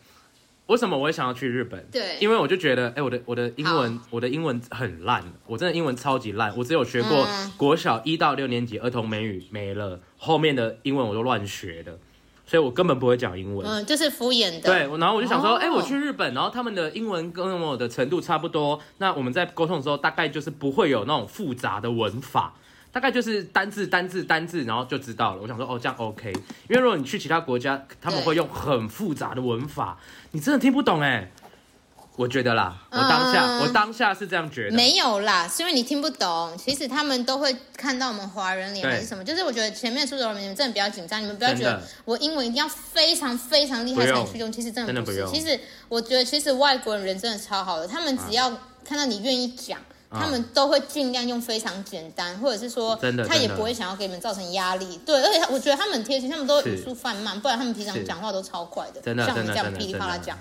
Speaker 4: 为什么我会想要去日本？
Speaker 1: 对
Speaker 4: 因为我就觉得，哎、我的我的英文，我的英文很烂，我真的英文超级烂，我只有学过
Speaker 1: 嗯
Speaker 4: 国小一到六年级儿童美语没了，后面的英文我都乱学的，所以我根本不会讲英文。
Speaker 1: 嗯，就是敷衍的。
Speaker 4: 对，我然后我就想说，
Speaker 1: 哦
Speaker 4: 哎、我去日本，然后他们的英文跟我的程度差不多，那我们在沟通的时候，大概就是不会有那种复杂的文法，大概就是单字、单字、单字，然后就知道了。我想说，哦，这样 OK，因为如果你去其他国家，他们
Speaker 1: 对
Speaker 4: 会用很复杂的文法，你真的听不懂哎、我觉得啦，我当下、
Speaker 1: 嗯
Speaker 4: 我当下是这样觉得，
Speaker 1: 没有啦，是因为你听不懂。其实他们都会看到我们华人脸
Speaker 4: 对
Speaker 1: 还是什么，就是我觉得前面出走人，你们真的不要紧张，你们不要觉
Speaker 4: 真
Speaker 1: 得
Speaker 4: 的
Speaker 1: 我英文一定要非常非常厉害
Speaker 4: 不
Speaker 1: 才
Speaker 4: 用
Speaker 1: 能去用，其实真
Speaker 4: 真
Speaker 1: 的
Speaker 4: 的
Speaker 1: 不
Speaker 4: 不
Speaker 1: 是。
Speaker 4: 用
Speaker 1: 其实我觉得，其实外国人真的超好的，他们只要看到你愿意讲。
Speaker 4: 嗯
Speaker 1: 他们都会尽量用非常简单，或者是说
Speaker 4: 真的，
Speaker 1: 他也
Speaker 4: 真的
Speaker 1: 不会想要给你们造成压力。对，而且他我觉得他们很贴心，他们都
Speaker 4: 是
Speaker 1: 语速放慢，不然他们平常
Speaker 4: 是
Speaker 1: 讲话都超快的，
Speaker 4: 真的
Speaker 1: 像我们
Speaker 4: 真的
Speaker 1: 这样
Speaker 4: 真的
Speaker 1: 噼里
Speaker 4: 真
Speaker 1: 啪啦
Speaker 4: 的
Speaker 1: 讲。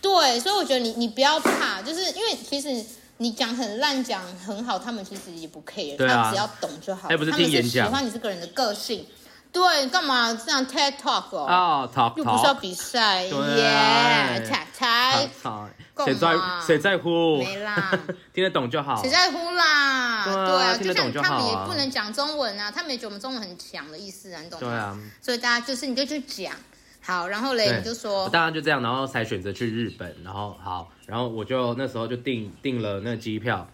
Speaker 1: 对，所以我觉得你你不要怕，就是因为其实你讲很烂，讲很好，他们其实也不 care，、
Speaker 4: 对啊
Speaker 1: 他只要懂就好。
Speaker 4: 哎不是
Speaker 1: 他们
Speaker 4: 听演
Speaker 1: 喜
Speaker 4: 讲
Speaker 1: 欢你这个人的个性。对，干嘛这样 TED Talk 哦？
Speaker 4: 啊，讨
Speaker 1: 又不是要
Speaker 4: 讨
Speaker 1: 比赛，
Speaker 4: 对
Speaker 1: 耶
Speaker 4: 啊，
Speaker 1: 彩彩
Speaker 4: 讨，
Speaker 1: 干
Speaker 4: 谁在
Speaker 1: 嘛
Speaker 4: 谁在乎？
Speaker 1: 没啦，
Speaker 4: [LAUGHS] 听得懂就好
Speaker 1: 谁。在乎啦？
Speaker 4: 对啊
Speaker 1: 对
Speaker 4: 听
Speaker 1: 就
Speaker 4: 得
Speaker 1: 像
Speaker 4: 懂就
Speaker 1: 他们
Speaker 4: 好
Speaker 1: 也
Speaker 4: 啊
Speaker 1: 不能讲中文啊，他们也觉得我们中文很强的意思啊，你懂吗？
Speaker 4: 对啊，
Speaker 1: 所以大家就是你就去讲，好，然后嘞
Speaker 4: 对
Speaker 1: 你就说
Speaker 4: 我，当然就这样，然后才选择去日本，然后好，然后我就那时候就订订了那机票，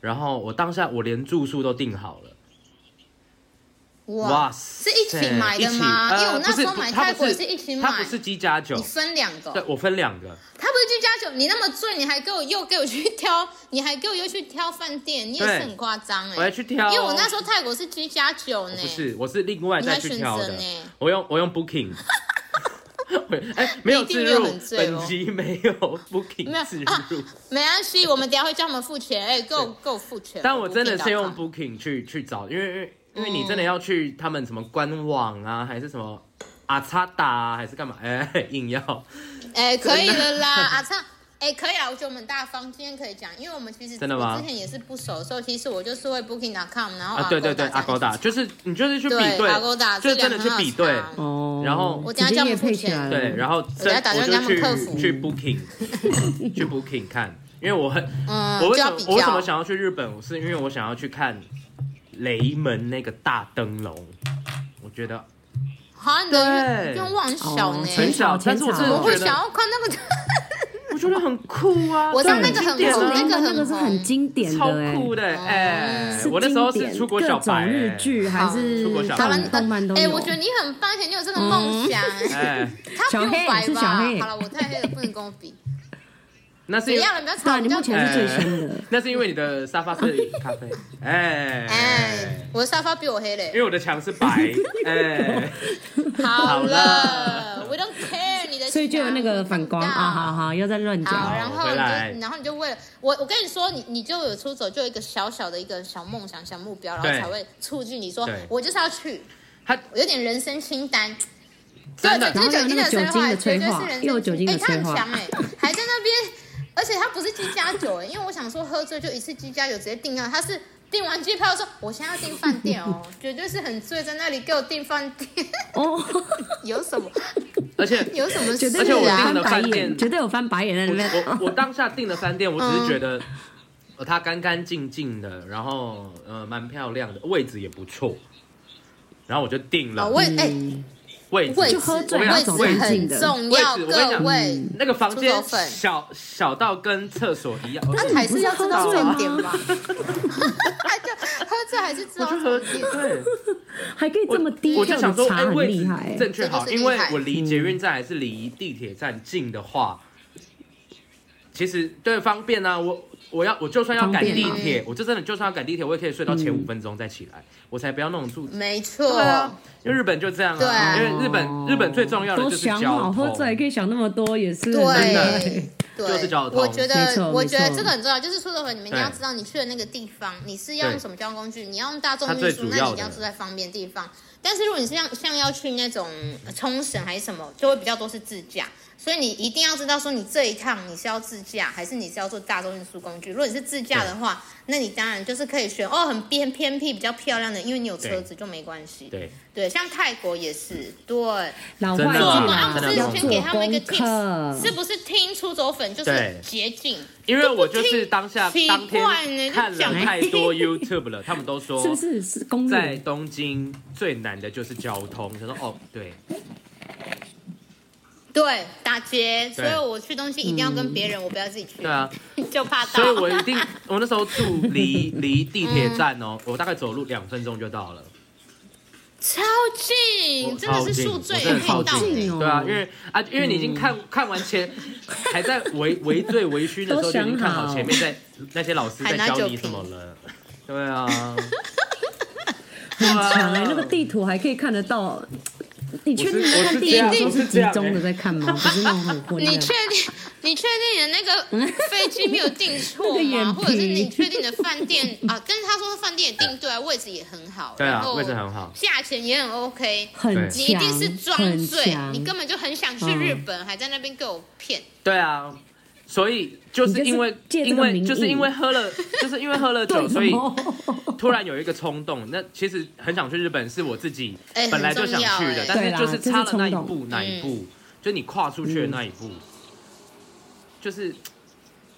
Speaker 4: 然后我当下我连住宿都订好了，
Speaker 1: 哇，
Speaker 4: 塞
Speaker 1: 是一起买的
Speaker 4: 一起
Speaker 1: 吗？
Speaker 4: 呃
Speaker 1: 因为我那时候
Speaker 4: 不是
Speaker 1: 买
Speaker 4: 它
Speaker 1: 泰
Speaker 4: 不
Speaker 1: 国
Speaker 4: 是
Speaker 1: 也是一起
Speaker 4: 它
Speaker 1: 买
Speaker 4: 不，是机加酒
Speaker 1: 你，哦分两个
Speaker 4: 对，我分两个，
Speaker 1: 他不是居家酒，你那么醉，你还给我又给我去挑，你还给我又去挑饭店，你也是
Speaker 4: 对
Speaker 1: 很夸张哎。
Speaker 4: 我还去挑
Speaker 1: 因为我那时候泰国是居家酒呢，
Speaker 4: 不是，我是另外再去挑的
Speaker 1: 你还选择呢，
Speaker 4: 我用我用
Speaker 1: [LAUGHS]
Speaker 4: Booking。哎、没有
Speaker 1: 你一定
Speaker 4: 自
Speaker 1: 没有
Speaker 4: 入
Speaker 1: 很，醉哦
Speaker 4: 本集没有 Booking
Speaker 1: 没有
Speaker 4: 自入，
Speaker 1: 啊，没关系，我们等一下会叫他们付钱，哎，给我给我付
Speaker 4: [LAUGHS]
Speaker 1: 钱。
Speaker 4: 但我真的是用
Speaker 1: 不
Speaker 4: Booking 去去找，因为因为因
Speaker 1: 嗯
Speaker 4: 为你真的要去他们什么官网啊，还是什么阿叉达、啊、还是干嘛？哎、硬要
Speaker 1: 哎，可以了
Speaker 4: [LAUGHS]
Speaker 1: 啦，阿畅。哎、可以啊，我觉得我们大方今天可以讲，因为我们其实
Speaker 4: 真的吗
Speaker 1: 我之前也是不熟的时候，其实我就是会 Booking.com，然后
Speaker 4: 啊，对对对，阿高达就是你就是去比对，
Speaker 1: 阿勾达，
Speaker 4: 就是真的去比对，
Speaker 3: 哦，
Speaker 4: 然后
Speaker 1: 我等
Speaker 3: 直
Speaker 1: 下
Speaker 3: 接
Speaker 1: 叫他
Speaker 3: 也
Speaker 1: 们付
Speaker 3: 配起
Speaker 1: 钱
Speaker 3: 来了，
Speaker 4: 对，然后
Speaker 1: 等下
Speaker 4: 真
Speaker 1: 打
Speaker 4: 我
Speaker 1: 算
Speaker 4: 就
Speaker 1: 让他
Speaker 4: 去
Speaker 1: 们客服
Speaker 4: 去 Booking 去 Booking 看，因为我很
Speaker 1: 嗯，
Speaker 4: 我
Speaker 1: 就
Speaker 4: 为什
Speaker 1: 要
Speaker 4: 么
Speaker 1: 比
Speaker 4: 我为什
Speaker 1: 较
Speaker 4: 么。想要去日本？是因为我想要去看雷门那个大灯笼，我觉得
Speaker 1: 好，你的
Speaker 4: 对
Speaker 1: 愿望很小
Speaker 3: 哦
Speaker 1: 呢，
Speaker 4: 很
Speaker 3: 成
Speaker 4: 小，
Speaker 3: 天
Speaker 4: 但是我真
Speaker 3: 朝
Speaker 4: 的
Speaker 1: 我会想
Speaker 4: 觉得
Speaker 1: 要看那
Speaker 3: [LAUGHS]
Speaker 1: 个，
Speaker 4: 我觉得很酷啊，
Speaker 1: 我知道
Speaker 4: 对
Speaker 1: 哦那个很红
Speaker 4: 经典
Speaker 1: 那
Speaker 4: 啊
Speaker 1: 个很
Speaker 3: 个是很经典的，
Speaker 4: 超
Speaker 3: 哎
Speaker 4: 酷的
Speaker 1: 哦
Speaker 4: 哎、
Speaker 3: 是
Speaker 4: 我那时候是
Speaker 3: 经典
Speaker 4: 出国小
Speaker 3: 各种
Speaker 4: 白、哎
Speaker 3: 日剧还是
Speaker 4: 出国小白
Speaker 1: 台
Speaker 4: 好
Speaker 1: 湾
Speaker 4: 玩
Speaker 3: 动漫都
Speaker 1: 哎，
Speaker 3: 有。嗯
Speaker 1: 我觉得你很棒，而且你有这个梦想，
Speaker 4: 哎、
Speaker 1: [LAUGHS] 哎
Speaker 4: 哎
Speaker 1: 他比我白
Speaker 3: 小黑你是小
Speaker 1: 吧
Speaker 3: 黑？
Speaker 1: 好了，我太黑了，不能跟我
Speaker 3: [LAUGHS]
Speaker 1: 比。
Speaker 4: 那是
Speaker 1: 怎
Speaker 4: 因哎
Speaker 1: 样了？不要
Speaker 3: 对啊，
Speaker 1: 吵，
Speaker 3: 你
Speaker 1: 不要
Speaker 3: 目
Speaker 1: 吵。
Speaker 3: 前是最深的。
Speaker 4: 那是因为你的沙发是咖啡，哎、
Speaker 1: 哎，我的沙发比我黑
Speaker 4: 因为
Speaker 1: 嘞。
Speaker 4: 我的墙是白，
Speaker 1: [LAUGHS]
Speaker 4: 哎、
Speaker 1: 好
Speaker 4: 好
Speaker 1: 了
Speaker 4: 了
Speaker 1: [LAUGHS] ，We don't care 你的，
Speaker 3: 所以就有那个反光啊，好。好又在乱
Speaker 1: 好，
Speaker 3: 讲，
Speaker 1: 然后
Speaker 4: 回
Speaker 1: 你
Speaker 4: 来
Speaker 1: 就，然后你就为了我，我跟你说，你你就有出走，就有一个小小的一个小梦想、小目标，然后
Speaker 4: 对
Speaker 1: 才会促进你说
Speaker 4: 对，
Speaker 1: 我就是要去，
Speaker 4: 他
Speaker 1: 我有点人生清单，
Speaker 4: 真的
Speaker 1: 对，这是酒精的催绝对
Speaker 3: 然后
Speaker 1: 是人生
Speaker 3: 又有酒精的催
Speaker 1: 哎，他
Speaker 3: 化
Speaker 1: 很强哎、
Speaker 3: [LAUGHS]
Speaker 1: 还在那边，而且他不是鸡加酒哎、因为我想说喝醉就一次鸡加酒直接订啊，他是订完机票说我现在要订饭店
Speaker 3: [LAUGHS]
Speaker 1: 哦，绝对是很醉在那里给我订饭店， [LAUGHS]
Speaker 3: 哦，
Speaker 1: 有什么
Speaker 4: 而且
Speaker 1: 有什么
Speaker 3: 绝
Speaker 1: 事
Speaker 3: 对有
Speaker 4: 而且我
Speaker 1: 啊
Speaker 4: 订
Speaker 3: 翻
Speaker 4: 的？
Speaker 3: 白
Speaker 4: 饭
Speaker 3: 眼，
Speaker 4: 店
Speaker 3: 绝对有翻白眼在那边。
Speaker 4: 我我我当下订的饭店，我只
Speaker 1: 嗯
Speaker 4: 是觉得呃它干干净净的，然后呃蛮漂亮的，位置也不错，然后我就订了
Speaker 1: 哦，位哎、
Speaker 4: 位置
Speaker 1: 位置
Speaker 3: 嗯就喝醉
Speaker 4: 我跟你
Speaker 1: 位
Speaker 4: 讲
Speaker 1: 置
Speaker 4: 位置
Speaker 1: 很重要，
Speaker 4: 位置我跟你
Speaker 1: 各
Speaker 4: 讲
Speaker 1: 位，
Speaker 3: 嗯
Speaker 4: 那个房
Speaker 1: 猪
Speaker 4: 间
Speaker 1: 头粉
Speaker 4: 小小到跟厕所一样，
Speaker 1: 那还是啊要知道
Speaker 3: 不是
Speaker 1: 重
Speaker 3: 喝醉
Speaker 1: 点
Speaker 3: 吗
Speaker 1: 吧。 [LAUGHS] 他就喝醉还是知
Speaker 4: 我
Speaker 1: 道
Speaker 4: 就喝
Speaker 1: 重点。
Speaker 4: 对，
Speaker 3: 还可以 [LAUGHS] 这么低
Speaker 4: 我就
Speaker 3: 调
Speaker 4: 想
Speaker 3: 的
Speaker 4: 说，
Speaker 3: 查，
Speaker 4: 哎，
Speaker 3: 很
Speaker 4: 位
Speaker 3: 厉
Speaker 4: 置
Speaker 3: 害。嗯
Speaker 4: 正确好，
Speaker 1: 这就是厉害
Speaker 4: 因为我离捷运站还是离地铁站近的话，其实对方便啊，我。我要我就算要赶地
Speaker 3: 方啊嗯
Speaker 4: 铁，我就真的就算要赶地铁，我也可以睡到前五分钟再起来，我才不要那种住
Speaker 1: 没错，
Speaker 4: 对啊，因为日本就这样
Speaker 1: 嗯对
Speaker 4: 啊，
Speaker 1: 啊
Speaker 4: 因为日本日本最重要的
Speaker 3: 都
Speaker 4: 就是
Speaker 3: 哦想
Speaker 4: 交
Speaker 3: 好
Speaker 4: 通
Speaker 3: 喝，醉还可以想那么多，也是
Speaker 4: 真
Speaker 3: 很
Speaker 4: 的
Speaker 1: 对
Speaker 3: 厉。
Speaker 1: 对，
Speaker 4: 就是交通
Speaker 1: 我觉
Speaker 3: 没
Speaker 1: 得，
Speaker 3: 错
Speaker 1: 我觉得
Speaker 3: 没错
Speaker 1: 这个很重要，就是出走回你们一定要
Speaker 4: 对
Speaker 1: 知道你去的那个地方，你是要用
Speaker 4: 对
Speaker 1: 什么交通工具，你要用大众
Speaker 4: 它
Speaker 1: 运
Speaker 4: 最
Speaker 1: 输，
Speaker 4: 主
Speaker 1: 那你
Speaker 4: 要
Speaker 1: 一定要
Speaker 4: 的
Speaker 1: 住在方便地方。但是如果你是像像要去那种冲绳还是什么，就会比较多是自驾。所以你一定要知道说你这一趟你是要自驾还是你是要坐大众运输工具。如果你是自驾的话，那你当然就是可以选哦很偏偏僻比较漂亮的，因为你有车子就没关系。
Speaker 4: 对，
Speaker 1: 对，像泰国也是对。
Speaker 3: 老
Speaker 4: 真
Speaker 3: 外
Speaker 4: 的
Speaker 1: 我
Speaker 3: 进
Speaker 1: 们要
Speaker 4: 啊
Speaker 3: 来
Speaker 4: 真的
Speaker 1: 是
Speaker 3: 要
Speaker 4: 要
Speaker 1: 先给他们一个
Speaker 3: 做功
Speaker 1: tips，是
Speaker 3: 课，
Speaker 1: 不是听出走粉就是
Speaker 4: 对
Speaker 1: 捷径？
Speaker 4: 因为我就是当下
Speaker 1: 奇
Speaker 4: 当天
Speaker 1: 怪呢
Speaker 4: 看
Speaker 1: 就讲
Speaker 4: 了太多 YouTube 了，他们都说
Speaker 3: 是不是是攻
Speaker 4: 在
Speaker 3: 略？
Speaker 4: 东京最难的就是交通。他说哦，对，
Speaker 1: 对，打劫。所
Speaker 4: 对
Speaker 1: 以我去东西一定要跟别人，我不要自己去。
Speaker 4: 对啊，
Speaker 1: [LAUGHS] 就怕到。
Speaker 4: 所以我一定，我那时候住离离地铁站哦，我大概走路两分钟就到了。
Speaker 1: 超近，
Speaker 4: 我
Speaker 1: 真的是宿
Speaker 4: 超近
Speaker 1: 醉
Speaker 4: 我
Speaker 1: 也
Speaker 4: 真的
Speaker 1: 可以
Speaker 4: 超
Speaker 1: 到
Speaker 3: 近
Speaker 1: 欸。
Speaker 3: 哦
Speaker 4: 对啊，因为啊，因为你已经
Speaker 3: 嗯
Speaker 4: 看、看完前，还在 [LAUGHS] 微微醉微醺的时候，
Speaker 3: 都
Speaker 4: 就
Speaker 3: 想
Speaker 4: 已经看好
Speaker 3: 好
Speaker 4: 前面在那些老师在
Speaker 1: 海南
Speaker 4: 教
Speaker 1: 酒
Speaker 4: 你什
Speaker 1: 瓶
Speaker 4: 么了。啊对啊，
Speaker 3: 很长
Speaker 4: 哇
Speaker 3: 哎，那个地图还可以看得到。你确定
Speaker 4: 我是
Speaker 3: 看
Speaker 4: 我是这
Speaker 3: 地
Speaker 4: 样
Speaker 3: 图
Speaker 4: 我
Speaker 3: 都
Speaker 4: 是
Speaker 3: 是
Speaker 4: 这
Speaker 3: 集
Speaker 4: 样
Speaker 3: 中的在看吗？不是那种很混
Speaker 1: 你
Speaker 3: 乱
Speaker 1: 确。定？
Speaker 3: [LAUGHS]
Speaker 1: 你确定你的那个飞机没有订错
Speaker 3: 那个眼
Speaker 1: 吗？
Speaker 3: 皮
Speaker 1: 或者是你确定你的饭店啊？但是他说饭店也订对啊，位置也很好，
Speaker 4: 对
Speaker 1: 然
Speaker 4: 啊，
Speaker 1: 后
Speaker 4: 位置很好。
Speaker 1: 价钱也很 OK。
Speaker 3: 很
Speaker 1: 你一
Speaker 3: 强，
Speaker 1: 定是装
Speaker 3: 很
Speaker 1: 醉，
Speaker 3: 强
Speaker 1: 你根本就很想去日本，还在那边给我骗。
Speaker 4: 对啊，所以就是因为
Speaker 3: 你就是借这
Speaker 4: 因
Speaker 3: 个
Speaker 4: 为
Speaker 3: 名义
Speaker 4: 就是因为喝了，就是因为喝了酒，
Speaker 3: 对
Speaker 4: 所以
Speaker 3: 什 [LAUGHS] 么
Speaker 4: 突然有一个冲动。那其实很想去日本，是我自己
Speaker 1: 哎
Speaker 4: 本来就想去的，
Speaker 1: 很重要哎嗯
Speaker 4: 但是就是差了那一
Speaker 3: 对
Speaker 4: 步，那一步，就你跨出去的那一步，
Speaker 3: 嗯
Speaker 4: 就是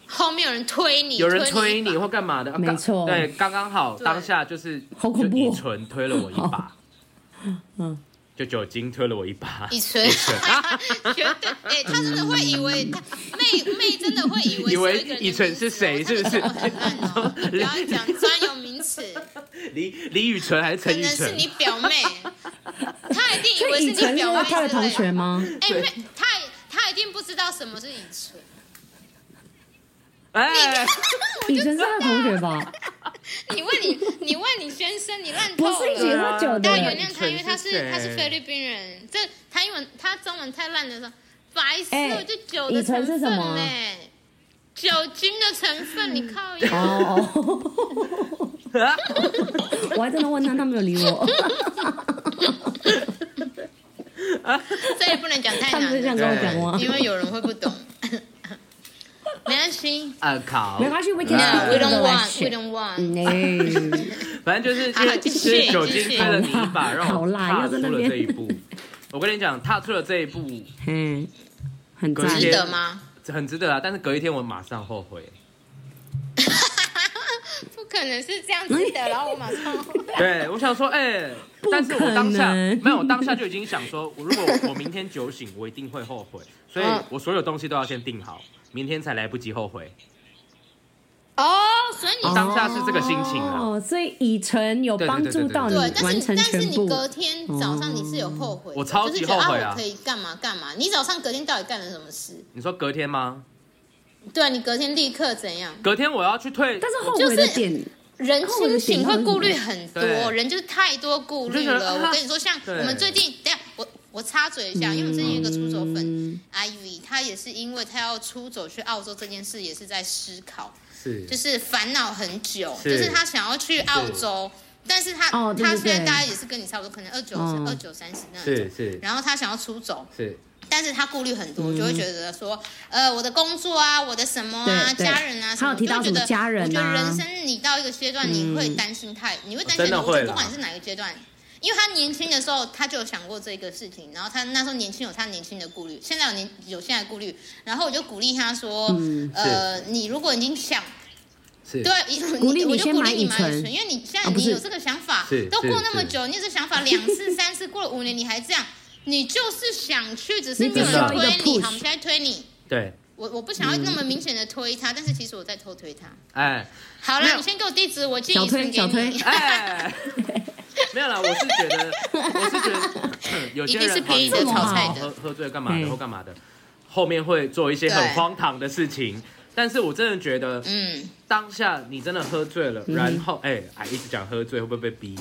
Speaker 1: 后面有人推你，
Speaker 4: 有人
Speaker 1: 推
Speaker 4: 推你
Speaker 1: 一把
Speaker 4: 或干嘛的，啊
Speaker 3: 没
Speaker 4: 刚
Speaker 3: 错
Speaker 4: 对，刚刚好
Speaker 1: 对
Speaker 4: 当下就是
Speaker 3: 好恐怖
Speaker 4: 就
Speaker 3: 哦
Speaker 4: 乙醇推了我一把，
Speaker 3: 嗯，
Speaker 4: 就酒精推了我一
Speaker 1: [LAUGHS]
Speaker 4: 把，啊
Speaker 1: 一锤， [LAUGHS] 绝对，哎、他真的会以为他妹妹真的会以为
Speaker 4: 嗯以为
Speaker 1: 是一个人的
Speaker 4: 以纯是谁
Speaker 1: 名字
Speaker 4: 是不是
Speaker 1: 哦很烂哦不要讲专有名词，
Speaker 4: 李李宇纯还是
Speaker 1: 可
Speaker 4: 陈宇
Speaker 1: 能是
Speaker 4: [LAUGHS] 纯？
Speaker 1: 你表妹，他一定以为
Speaker 3: 以
Speaker 1: 是
Speaker 3: 前
Speaker 1: 你
Speaker 3: 是
Speaker 1: 表妹
Speaker 3: 他的同
Speaker 1: [LAUGHS]
Speaker 3: 学吗？
Speaker 1: 之类的。哎、妹，他他一定不知道什么是乙醇，
Speaker 4: 哎，
Speaker 3: 以前是他的同学吧？
Speaker 1: 你问你你问你先生，你烂透
Speaker 3: 不 [LAUGHS]
Speaker 1: 了。
Speaker 3: 是一起喝酒
Speaker 1: 大家
Speaker 3: 的
Speaker 1: 原。谅他，因为他
Speaker 4: 纯
Speaker 1: 是
Speaker 4: 是谁
Speaker 1: 他是菲律宾人，这他英文他中文太烂的时候，白色
Speaker 3: 哎
Speaker 1: 就酒的
Speaker 3: 乙
Speaker 1: 成
Speaker 3: 醇是
Speaker 1: 分
Speaker 3: 什么啊
Speaker 1: 呢、酒精的成分，你靠呀！
Speaker 3: 哦哦，我还真的问他，他没有理
Speaker 1: [LAUGHS]
Speaker 3: 我。
Speaker 1: 这也不能讲太
Speaker 3: 他
Speaker 1: 难
Speaker 3: 们是这样
Speaker 1: 了，
Speaker 3: 跟我讲吗？ [LAUGHS]
Speaker 1: 因为有人会不懂。 [LAUGHS] 没关
Speaker 3: [LAUGHS]
Speaker 1: 系
Speaker 4: [LAUGHS] 啊靠！
Speaker 3: 没关系，we can
Speaker 1: ，No, we
Speaker 3: speak
Speaker 1: don't
Speaker 3: the
Speaker 1: want, we
Speaker 3: language。
Speaker 1: don't want。
Speaker 3: 哎，
Speaker 4: [LAUGHS] 反正就是
Speaker 1: 好
Speaker 4: 因为
Speaker 1: 继
Speaker 4: 就
Speaker 1: 续
Speaker 4: 是酒
Speaker 1: 继
Speaker 4: 精
Speaker 1: 续
Speaker 4: 推了你一把，让
Speaker 3: 好
Speaker 4: 我
Speaker 3: 辣
Speaker 4: 踏
Speaker 3: 又在
Speaker 4: 出
Speaker 3: 那
Speaker 4: 了
Speaker 3: 边
Speaker 4: 这一步。我跟你讲，踏出了这一步
Speaker 3: 嗯，很赞
Speaker 4: 隔。
Speaker 1: 值得吗？
Speaker 4: 很值得啊，但是隔一天我马上后悔。
Speaker 3: 嗯
Speaker 1: 不可能是这样子的，然后我马上。
Speaker 4: 对，我想说，哎、
Speaker 3: 不
Speaker 4: 但是我当下
Speaker 3: 可能
Speaker 4: 没有，我当下就已经想说，我如果我明天酒醒，我一定会后悔，所以
Speaker 1: 嗯
Speaker 4: 我所有东西都要先定好，明天才来不及后悔。
Speaker 1: 哦，所以你
Speaker 4: 当下是这个心情啊
Speaker 3: 哦，所以以晨有帮助到你
Speaker 1: 对，但
Speaker 3: 完
Speaker 1: 是
Speaker 3: 成
Speaker 1: 你但是
Speaker 3: 全
Speaker 1: 你
Speaker 3: 部。
Speaker 1: 隔天早上你是有后悔的，
Speaker 4: 我超
Speaker 1: 就
Speaker 4: 级
Speaker 1: 是觉得
Speaker 4: 后悔啊
Speaker 1: 我可以干嘛干嘛？你早上隔天到底干了什么事？
Speaker 4: 你说隔天吗？
Speaker 1: 对啊，你隔天立刻怎样？
Speaker 4: 隔天我要去退，
Speaker 3: 但是后悔的点，
Speaker 1: 人清醒会顾虑很
Speaker 4: 后悔的点到底是什
Speaker 1: 多，
Speaker 4: 么
Speaker 1: 人就是太多顾虑
Speaker 4: 我就觉得
Speaker 1: 了。
Speaker 4: 啊
Speaker 1: 我跟你说，像
Speaker 4: 对
Speaker 1: 我们最近，等一下我我插嘴一下，因为我们最近有一个出走
Speaker 3: 嗯
Speaker 1: 粉 Ivy，她也是因为她要出走去澳洲这件事，也是在思考，
Speaker 4: 是
Speaker 1: 就是烦恼很久，
Speaker 4: 是
Speaker 1: 就是她想要去澳洲，但是她
Speaker 3: 哦对
Speaker 1: 她
Speaker 3: 对
Speaker 1: 虽然
Speaker 3: 对
Speaker 1: 大概也是跟你差不多，可能二九
Speaker 3: 嗯
Speaker 1: 二九三十那种，
Speaker 4: 是是
Speaker 1: 然后她想要出走，
Speaker 4: 是，
Speaker 1: 但是他顾虑很
Speaker 3: 嗯
Speaker 1: 多，就会觉得说，呃，我的工作啊，我的什么啊，
Speaker 3: 对对
Speaker 1: 家人啊，什
Speaker 3: 他
Speaker 1: 么，
Speaker 3: 有提到
Speaker 1: 就会觉
Speaker 3: 什
Speaker 1: 得
Speaker 3: 么家人啊嗯
Speaker 1: 我觉得人生你到一个阶段，你会担心太，你会担心很
Speaker 4: 真的
Speaker 1: 多，我觉
Speaker 4: 会啦
Speaker 1: 得不管是哪个阶段。因为他年轻的时候，他就有想过这个事情，然后他那时候年轻有他年轻的顾虑，现在有年有现在的顾虑，然后我就鼓励他说，
Speaker 3: 嗯
Speaker 1: 呃，你如果已经想
Speaker 4: 是
Speaker 1: 对，一
Speaker 3: 鼓励你
Speaker 1: 我就
Speaker 3: 先
Speaker 1: 鼓
Speaker 3: 买
Speaker 1: 励你
Speaker 3: 乙
Speaker 1: 买
Speaker 3: 醇
Speaker 1: 乙醇，因为你现在
Speaker 3: 啊不
Speaker 1: 你
Speaker 3: 是
Speaker 1: 有这个想法
Speaker 4: 是，
Speaker 1: 都
Speaker 4: 是
Speaker 1: 过那么
Speaker 4: 是
Speaker 1: 久，你有这想法两次、 [LAUGHS] 三次，过了五年你还这样，你就是想去，只是
Speaker 3: 你
Speaker 1: 没有
Speaker 4: 只需
Speaker 1: 人
Speaker 4: 要
Speaker 1: 推
Speaker 4: 一
Speaker 3: 个
Speaker 1: 你。
Speaker 3: push
Speaker 1: 好，我们现在推你，
Speaker 4: 对，
Speaker 1: 我我不想
Speaker 4: 嗯
Speaker 1: 要那么明显的推他，但是其实我在偷推他。
Speaker 4: 哎
Speaker 1: 好
Speaker 4: 没
Speaker 1: 啦，
Speaker 4: 有
Speaker 1: 你先给我地址，我寄
Speaker 3: 小
Speaker 1: 乙醇
Speaker 3: 推
Speaker 1: 给
Speaker 3: 小推
Speaker 1: 你。 [LAUGHS]
Speaker 4: 哎，没有啦，我是觉得，我是觉得
Speaker 1: [LAUGHS]
Speaker 4: 有些
Speaker 1: 一定是
Speaker 4: 人
Speaker 1: 便宜
Speaker 3: 的炒菜
Speaker 1: 的
Speaker 4: 喝喝醉干嘛的
Speaker 3: 嗯
Speaker 4: 或干嘛的，后面会做一些很
Speaker 1: 对
Speaker 4: 荒唐的事情，但是我真的觉得。
Speaker 1: 嗯，
Speaker 4: 当下你真的喝醉了，然后哎哎、一直讲喝醉会不会被逼？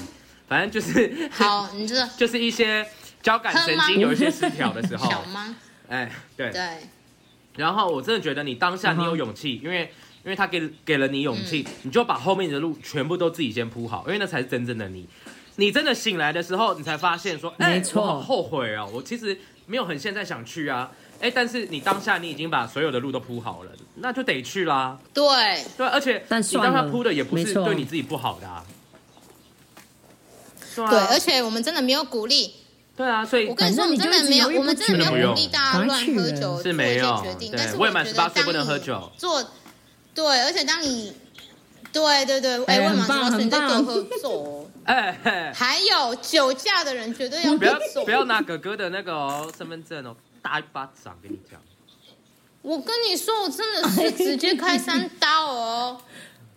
Speaker 4: 反正就是
Speaker 1: 好，你这
Speaker 4: [LAUGHS] 就是一些交感神
Speaker 1: 喝吗
Speaker 4: 经有一些失调的时
Speaker 1: [LAUGHS]
Speaker 4: 候
Speaker 1: 小，吗？
Speaker 4: 哎对。
Speaker 1: 对，
Speaker 4: 然后我真的觉得你当下你
Speaker 3: 嗯
Speaker 4: 有勇气，因为因为他给给了你勇气，你就把后面的路全部都自己先铺好，因为那才是真正的你。你真的醒来的时候，你才发现说，哎、
Speaker 3: 没错
Speaker 4: 我好后悔哦，我其实没有很现在想去啊。哎，但是你当下你已经把所有的路都铺好了，那就得去啦。
Speaker 1: 对，
Speaker 4: 对，啊而且
Speaker 3: 但
Speaker 4: 你
Speaker 3: 算
Speaker 4: 当下
Speaker 3: 了
Speaker 4: 铺的也不
Speaker 3: 没
Speaker 4: 是
Speaker 3: 错
Speaker 4: 对你自己不好的、啊。对
Speaker 1: 对，
Speaker 4: 啊，
Speaker 1: 而且我们真的没有鼓励。
Speaker 4: 对啊，所以
Speaker 1: 我跟你说，我们真的没有，我们真的没有鼓励大家乱喝酒
Speaker 4: 是
Speaker 1: 做一
Speaker 4: 没
Speaker 1: 些
Speaker 4: 有
Speaker 1: 决定。
Speaker 4: 对
Speaker 1: 但是
Speaker 4: 未
Speaker 1: 觉
Speaker 4: 满
Speaker 1: 得
Speaker 4: 18岁不
Speaker 1: 当
Speaker 4: 能喝
Speaker 1: 你
Speaker 4: 酒
Speaker 1: 做对，而且当你对对对，
Speaker 3: 哎
Speaker 1: 哎，未
Speaker 3: 很
Speaker 1: 满
Speaker 3: 棒
Speaker 1: 18岁你就
Speaker 3: 很
Speaker 1: 给我
Speaker 3: 棒
Speaker 1: 喝
Speaker 4: [LAUGHS]
Speaker 1: 酒。
Speaker 4: 哎、嘿
Speaker 1: 还有酒驾的人绝对要
Speaker 4: 不要
Speaker 1: 喝酒
Speaker 4: 不要拿哥哥的那个、哦、身份证哦，打一巴掌给你讲。
Speaker 1: 我跟你说，我真
Speaker 4: [LAUGHS]
Speaker 1: 的是直接开三刀哦！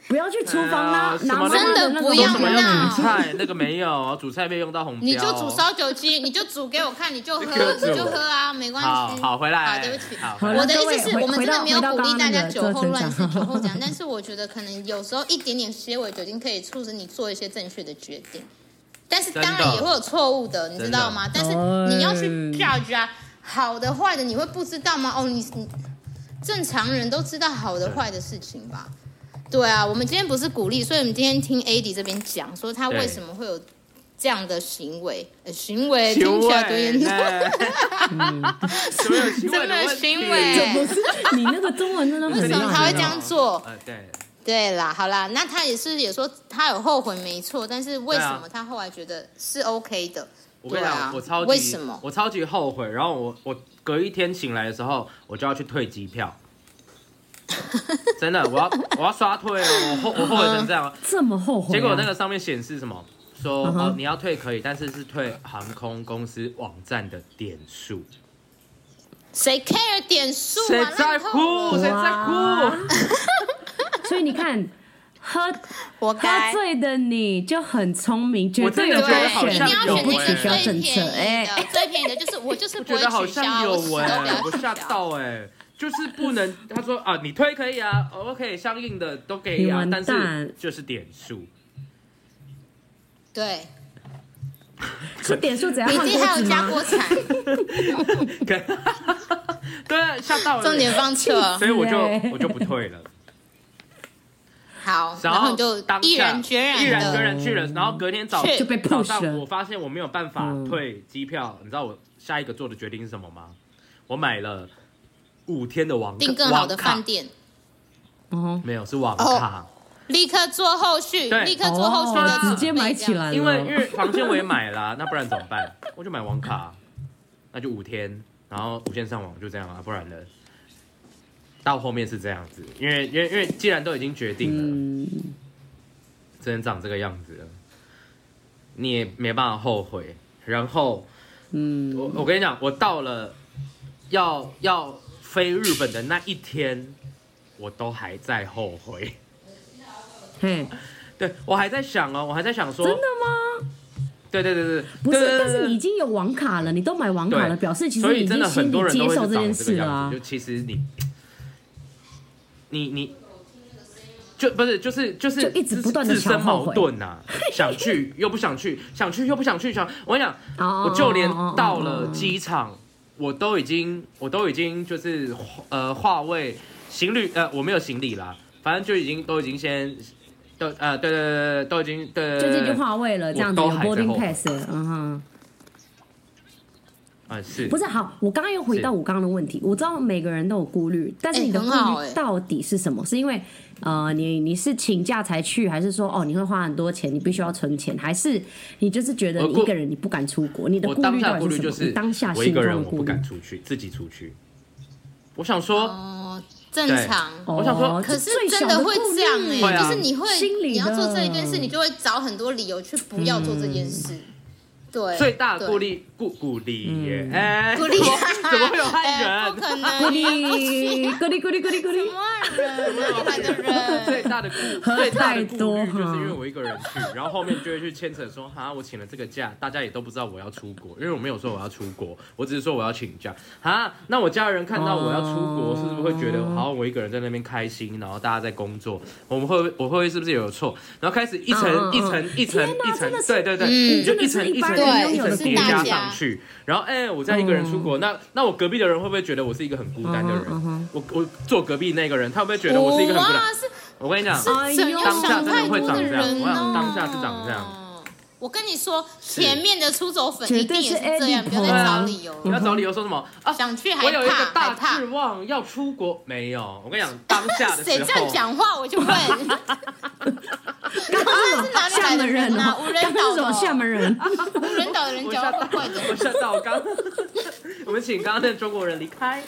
Speaker 3: 不要去厨房拿
Speaker 4: 哎呀
Speaker 3: 拿
Speaker 4: 什么
Speaker 3: 妈妈
Speaker 1: 真
Speaker 3: 那
Speaker 1: 的
Speaker 3: 个
Speaker 1: 不
Speaker 4: 说
Speaker 1: 要
Speaker 4: 什么要
Speaker 1: 闹
Speaker 4: 煮菜，那个没有哦，煮菜被用到红标哦。
Speaker 1: 你就煮烧酒鸡，你就煮给我看，你
Speaker 4: [LAUGHS]
Speaker 1: 就喝，
Speaker 4: 给我煮
Speaker 1: 你就喝啊，没关
Speaker 4: 好
Speaker 1: 系。
Speaker 4: 好回来
Speaker 1: 好，对不起。
Speaker 4: 好
Speaker 3: 好
Speaker 4: 回
Speaker 3: 了
Speaker 1: 我
Speaker 4: 来
Speaker 1: 的
Speaker 3: 各
Speaker 1: 意
Speaker 3: 位
Speaker 1: 思是
Speaker 3: 回
Speaker 1: 我们真的没有
Speaker 3: 回到
Speaker 1: 鼓励大家
Speaker 3: 回到刚刚那个
Speaker 1: 酒后乱
Speaker 3: 这
Speaker 1: 性、
Speaker 3: 个
Speaker 1: 酒
Speaker 3: 选项 [LAUGHS]
Speaker 1: 后讲，但是我觉得可能有时候一点点些微酒精可以促使你做一些正确的决定，但是当
Speaker 4: 真的
Speaker 1: 然也会有错误的，你知道吗？但
Speaker 3: 的
Speaker 1: 是你要去
Speaker 3: 哎
Speaker 1: judge 啊，好的坏的你会不知道吗？哦，你你正常人都知道好的坏的事情吧？对啊，我们今天不是鼓励，所以我们今天听 AD 这边讲说他为
Speaker 4: 对
Speaker 1: 什么会有这样的行为，呃、行为
Speaker 4: 行
Speaker 1: 听起
Speaker 4: 为
Speaker 1: 来多严重。
Speaker 4: 什么有行为
Speaker 1: 真的
Speaker 4: 的问题
Speaker 1: 行为
Speaker 3: [LAUGHS] 不是你那个中文真的很
Speaker 1: 为什么
Speaker 3: 烂欸
Speaker 1: 他会这样做
Speaker 4: 呃，对，
Speaker 1: 对啦，好啦，那他也是也说他有后悔没错，但是为什
Speaker 4: 对啊
Speaker 1: 么他后来觉得是 OK 的？
Speaker 4: 我跟你
Speaker 1: 对
Speaker 4: 讲，
Speaker 1: 啊
Speaker 4: 我超级
Speaker 1: 为什么？
Speaker 4: 我超级后悔。然后我我隔一天醒来的时候，我就要去退机票。 [LAUGHS] 真的，我要我要刷退哦，我后我后悔成这样哦。
Speaker 3: 这么后悔啊？
Speaker 4: 结果那个上面显示什么？说
Speaker 3: 嗯哼
Speaker 4: 哦，你要退可以，但是是退航空公司网站的点数。
Speaker 1: [LAUGHS] 谁 care 点数
Speaker 4: 谁
Speaker 1: 啊？
Speaker 4: 在
Speaker 1: 烂透
Speaker 4: 乎？
Speaker 1: 了
Speaker 4: 谁在
Speaker 3: 哇
Speaker 4: 乎？
Speaker 3: 所以你看，喝
Speaker 1: 活
Speaker 3: 喝
Speaker 1: 该。
Speaker 3: 醉的你就很聪明，绝
Speaker 4: 我真
Speaker 3: 对
Speaker 4: 的
Speaker 3: 有
Speaker 4: 觉得
Speaker 3: 在
Speaker 4: 好
Speaker 1: 对，
Speaker 4: 像
Speaker 1: 一定要
Speaker 4: 有
Speaker 1: 选那个
Speaker 4: 欸
Speaker 3: 不取消
Speaker 1: 最
Speaker 3: 政策。
Speaker 1: 便宜
Speaker 3: 哎，
Speaker 1: 的，最便宜的就是我就是
Speaker 4: 我
Speaker 1: 不
Speaker 4: 觉
Speaker 1: 会
Speaker 4: 得好
Speaker 1: 取消，
Speaker 4: 像有
Speaker 1: 我死都不
Speaker 4: 哎、
Speaker 1: 要
Speaker 4: 我
Speaker 1: 取
Speaker 4: 吓
Speaker 1: 消。
Speaker 4: 到哎、就是不能。他说啊，你推可以啊哦，OK，相应的都可以
Speaker 3: 你
Speaker 4: 啊
Speaker 3: 完，
Speaker 4: 但
Speaker 3: 蛋
Speaker 4: 是就是点数。 [LAUGHS]
Speaker 1: 对，
Speaker 3: 这点数只要哎
Speaker 1: 你
Speaker 3: 换
Speaker 1: 自己还
Speaker 3: 桌
Speaker 1: 有
Speaker 3: 子
Speaker 1: 加
Speaker 3: 吗？
Speaker 1: 过产，
Speaker 4: 对啊，吓到了。
Speaker 1: [LAUGHS] 重点放错
Speaker 3: [LAUGHS]
Speaker 4: 所，以我就
Speaker 3: 欸
Speaker 4: 我就不
Speaker 1: [LAUGHS]
Speaker 4: 退了，
Speaker 1: 好，
Speaker 4: 然
Speaker 1: 然
Speaker 4: 后
Speaker 1: 后你就
Speaker 4: 当下
Speaker 1: 毅然决
Speaker 4: 毅
Speaker 1: 然
Speaker 4: 然决
Speaker 1: 的，
Speaker 4: 然去了，然后隔天早
Speaker 1: 去
Speaker 3: 就被
Speaker 4: 早
Speaker 3: push
Speaker 4: 上我
Speaker 3: 了，
Speaker 4: 发现我没有办法
Speaker 3: 嗯
Speaker 4: 退机票，你知道我下一个做的决定是什么吗？我买了五天的网
Speaker 1: 订更好的
Speaker 4: 网卡
Speaker 1: 饭店，
Speaker 3: 哦，
Speaker 4: 没有是网卡，
Speaker 1: 立刻做后续，
Speaker 4: 对
Speaker 1: 立刻做后续的
Speaker 3: 哦
Speaker 1: 准备，
Speaker 3: 直接买起来了，
Speaker 4: 因为因为房间我也买了啊、 [LAUGHS] 那不然怎么办？我就买网卡，啊那就五天，然后无线上网就这样啊，不然呢？到后面是这样子，因为因为因为既然都已经决定了，
Speaker 3: 嗯，
Speaker 4: 只能长这个样子了，你也没办法后悔。然后，嗯，我我跟你讲，我到了要要飞日本的那一天，我都还在后悔。
Speaker 3: 嘿，
Speaker 4: 对我还在想哦，我还在想说，
Speaker 3: 真的吗？
Speaker 4: 对对对对，
Speaker 3: 不
Speaker 4: 对对
Speaker 3: 是，
Speaker 4: 对
Speaker 3: 但是
Speaker 4: 对
Speaker 3: 你已经有网卡了，你都买网卡
Speaker 4: 对
Speaker 3: 了，表示其
Speaker 4: 所
Speaker 3: 实
Speaker 4: 以
Speaker 3: 你已
Speaker 4: 真
Speaker 3: 经
Speaker 4: 的很
Speaker 3: 心
Speaker 4: 多
Speaker 3: 里
Speaker 4: 人都
Speaker 3: 接
Speaker 4: 会
Speaker 3: 受
Speaker 4: 是
Speaker 3: 这
Speaker 4: 长
Speaker 3: 件
Speaker 4: 这个
Speaker 3: 事了
Speaker 4: 样
Speaker 3: 啊
Speaker 4: 子，就。其实你，你你。就不是就是就是
Speaker 3: 就一直
Speaker 4: 自
Speaker 3: 不断地
Speaker 4: 自身
Speaker 3: 想后
Speaker 4: 矛
Speaker 3: 悔
Speaker 4: 盾
Speaker 3: [LAUGHS]
Speaker 4: 呐、想去又不想去，想去又不想去，想我跟你讲，
Speaker 3: 哦
Speaker 4: 我就连
Speaker 3: 哦哦
Speaker 4: 到
Speaker 3: 哦
Speaker 4: 了
Speaker 3: 哦
Speaker 4: 机场，我都已经我都已经就是呃化为行李呃我没有行李啦，反正就已经都已经先都呃对对对对都已经对对
Speaker 3: 就
Speaker 4: 对
Speaker 3: 这
Speaker 4: 对
Speaker 3: 句话位了，这样子
Speaker 4: 我
Speaker 3: 有
Speaker 4: 都还在
Speaker 3: boarding
Speaker 4: 后悔
Speaker 3: pass，了嗯哼，
Speaker 4: 啊、是
Speaker 3: 不是好，我刚刚又回到我刚刚的问题，我知道每个人都有顾虑，但是
Speaker 1: 哎
Speaker 3: 你的顾
Speaker 1: 很好
Speaker 3: 虑
Speaker 1: 哎
Speaker 3: 到底是什么？是因为呃，你你是请假才去，还是说哦你会花很多钱，你必须要存钱，还是你就是觉得
Speaker 4: 我
Speaker 3: 你
Speaker 4: 顾
Speaker 3: 一个人你不敢出国？你的
Speaker 4: 我
Speaker 3: 顾
Speaker 4: 当
Speaker 3: 虑
Speaker 4: 下
Speaker 3: 到
Speaker 4: 顾
Speaker 3: 底什
Speaker 4: 虑就
Speaker 3: 么？
Speaker 4: 是
Speaker 3: 你当下
Speaker 4: 我一
Speaker 3: 心
Speaker 4: 个
Speaker 3: 中
Speaker 4: 人
Speaker 3: 的
Speaker 4: 我不
Speaker 3: 顾虑
Speaker 4: 敢。出去，自己出去。我想说，
Speaker 1: 哦，正
Speaker 4: 对
Speaker 1: 常。
Speaker 4: 我想说
Speaker 3: 哦
Speaker 1: 可是
Speaker 3: 最
Speaker 1: 真
Speaker 3: 小的
Speaker 1: 会
Speaker 3: 顾
Speaker 1: 这样
Speaker 3: 虑
Speaker 4: 会
Speaker 1: 哎、
Speaker 4: 啊
Speaker 1: 就是你会
Speaker 3: 心里的
Speaker 1: 你要做这一件事，你就会找很多理由去不要做这件事。
Speaker 3: 嗯
Speaker 1: 对，
Speaker 4: 最大的
Speaker 1: 对
Speaker 4: 顾。虑顾顾虑
Speaker 3: 嗯
Speaker 4: 耶，哎、
Speaker 1: 鼓励
Speaker 4: 怎么 [LAUGHS] 怎么会有汉人？
Speaker 1: 哎不可能，
Speaker 3: 咕
Speaker 1: 欸
Speaker 3: 哩咕哩咕哩咕哩咕哩，
Speaker 1: 什么人？哪里来的
Speaker 4: 最
Speaker 1: 人？
Speaker 4: 大
Speaker 3: [LAUGHS]
Speaker 4: 的顾
Speaker 3: 喝
Speaker 4: 最大
Speaker 3: 太
Speaker 4: 的顾
Speaker 3: 多嗯
Speaker 4: 虑就是
Speaker 3: 哈
Speaker 4: 因为我一个人去，然后后面就会去牵扯说，哈，我请了这个假，大家也都不知道我要出国，因为我没有说我要出国，我只是说我要请假。哈，那我家人看到我要出国，
Speaker 3: 哦
Speaker 4: 是不是会觉得，好像我一个人在那边开心，然后大家在工作，我们会我会是不是有错？然后开始一
Speaker 3: 嗯
Speaker 4: 层
Speaker 3: 嗯
Speaker 4: 一层一层
Speaker 3: 天哪
Speaker 4: 一层
Speaker 3: 真的，是
Speaker 4: 对对
Speaker 1: 嗯
Speaker 4: 对，你就
Speaker 3: 真的
Speaker 4: 一
Speaker 3: 是
Speaker 4: 层
Speaker 3: 一
Speaker 4: 一层
Speaker 1: 人
Speaker 3: 般
Speaker 4: 一
Speaker 1: 拥有
Speaker 4: 层
Speaker 1: 的
Speaker 4: 叠
Speaker 1: 顾虑
Speaker 4: 加上去。然后，哎，我在一个人出国，那那我隔壁的人会不会觉得我是一个很孤单的人
Speaker 3: 嗯嗯哼嗯哼？
Speaker 4: 我我坐隔壁那个人，他会不会觉得我是一个很孤单？
Speaker 1: 哇，是
Speaker 4: 我跟你讲，
Speaker 3: 哎呦
Speaker 1: 怎样
Speaker 4: 当下
Speaker 1: 想
Speaker 4: 真的
Speaker 1: 太
Speaker 4: 会
Speaker 1: 多
Speaker 4: 长
Speaker 1: 的
Speaker 4: 这样
Speaker 1: 人
Speaker 4: 我想
Speaker 1: 哦？
Speaker 4: 当下是长这样
Speaker 1: 我跟你说，前面的出走粉
Speaker 3: 绝
Speaker 1: 一定
Speaker 3: 对
Speaker 1: 也
Speaker 3: 是
Speaker 1: 这样，
Speaker 3: Abby
Speaker 1: 不要再
Speaker 4: 对啊
Speaker 1: 找理由了。
Speaker 4: 你要找理由说什么啊？
Speaker 1: 想去还
Speaker 4: 我有一个
Speaker 1: 怕
Speaker 4: 大
Speaker 1: 还怕
Speaker 4: 志望要出国，没有。我跟你讲，当下的时候，
Speaker 1: 谁这样讲话，我 [LAUGHS] 就问。
Speaker 3: 刚刚
Speaker 1: [LAUGHS] 是哪里
Speaker 3: 厦
Speaker 1: 来的
Speaker 3: 门人
Speaker 1: 人 [LAUGHS] 啊
Speaker 3: 哦，
Speaker 1: 无人
Speaker 3: 刚刚
Speaker 1: 岛
Speaker 3: 是什么
Speaker 1: 的哦
Speaker 3: 厦门人？ [LAUGHS]
Speaker 1: 无人岛的人
Speaker 4: 我
Speaker 1: 讲
Speaker 4: 吓
Speaker 1: 话
Speaker 4: 到
Speaker 1: 怪怪的，
Speaker 4: 我吓到我刚。 [LAUGHS] 我们请刚刚那中国人离开。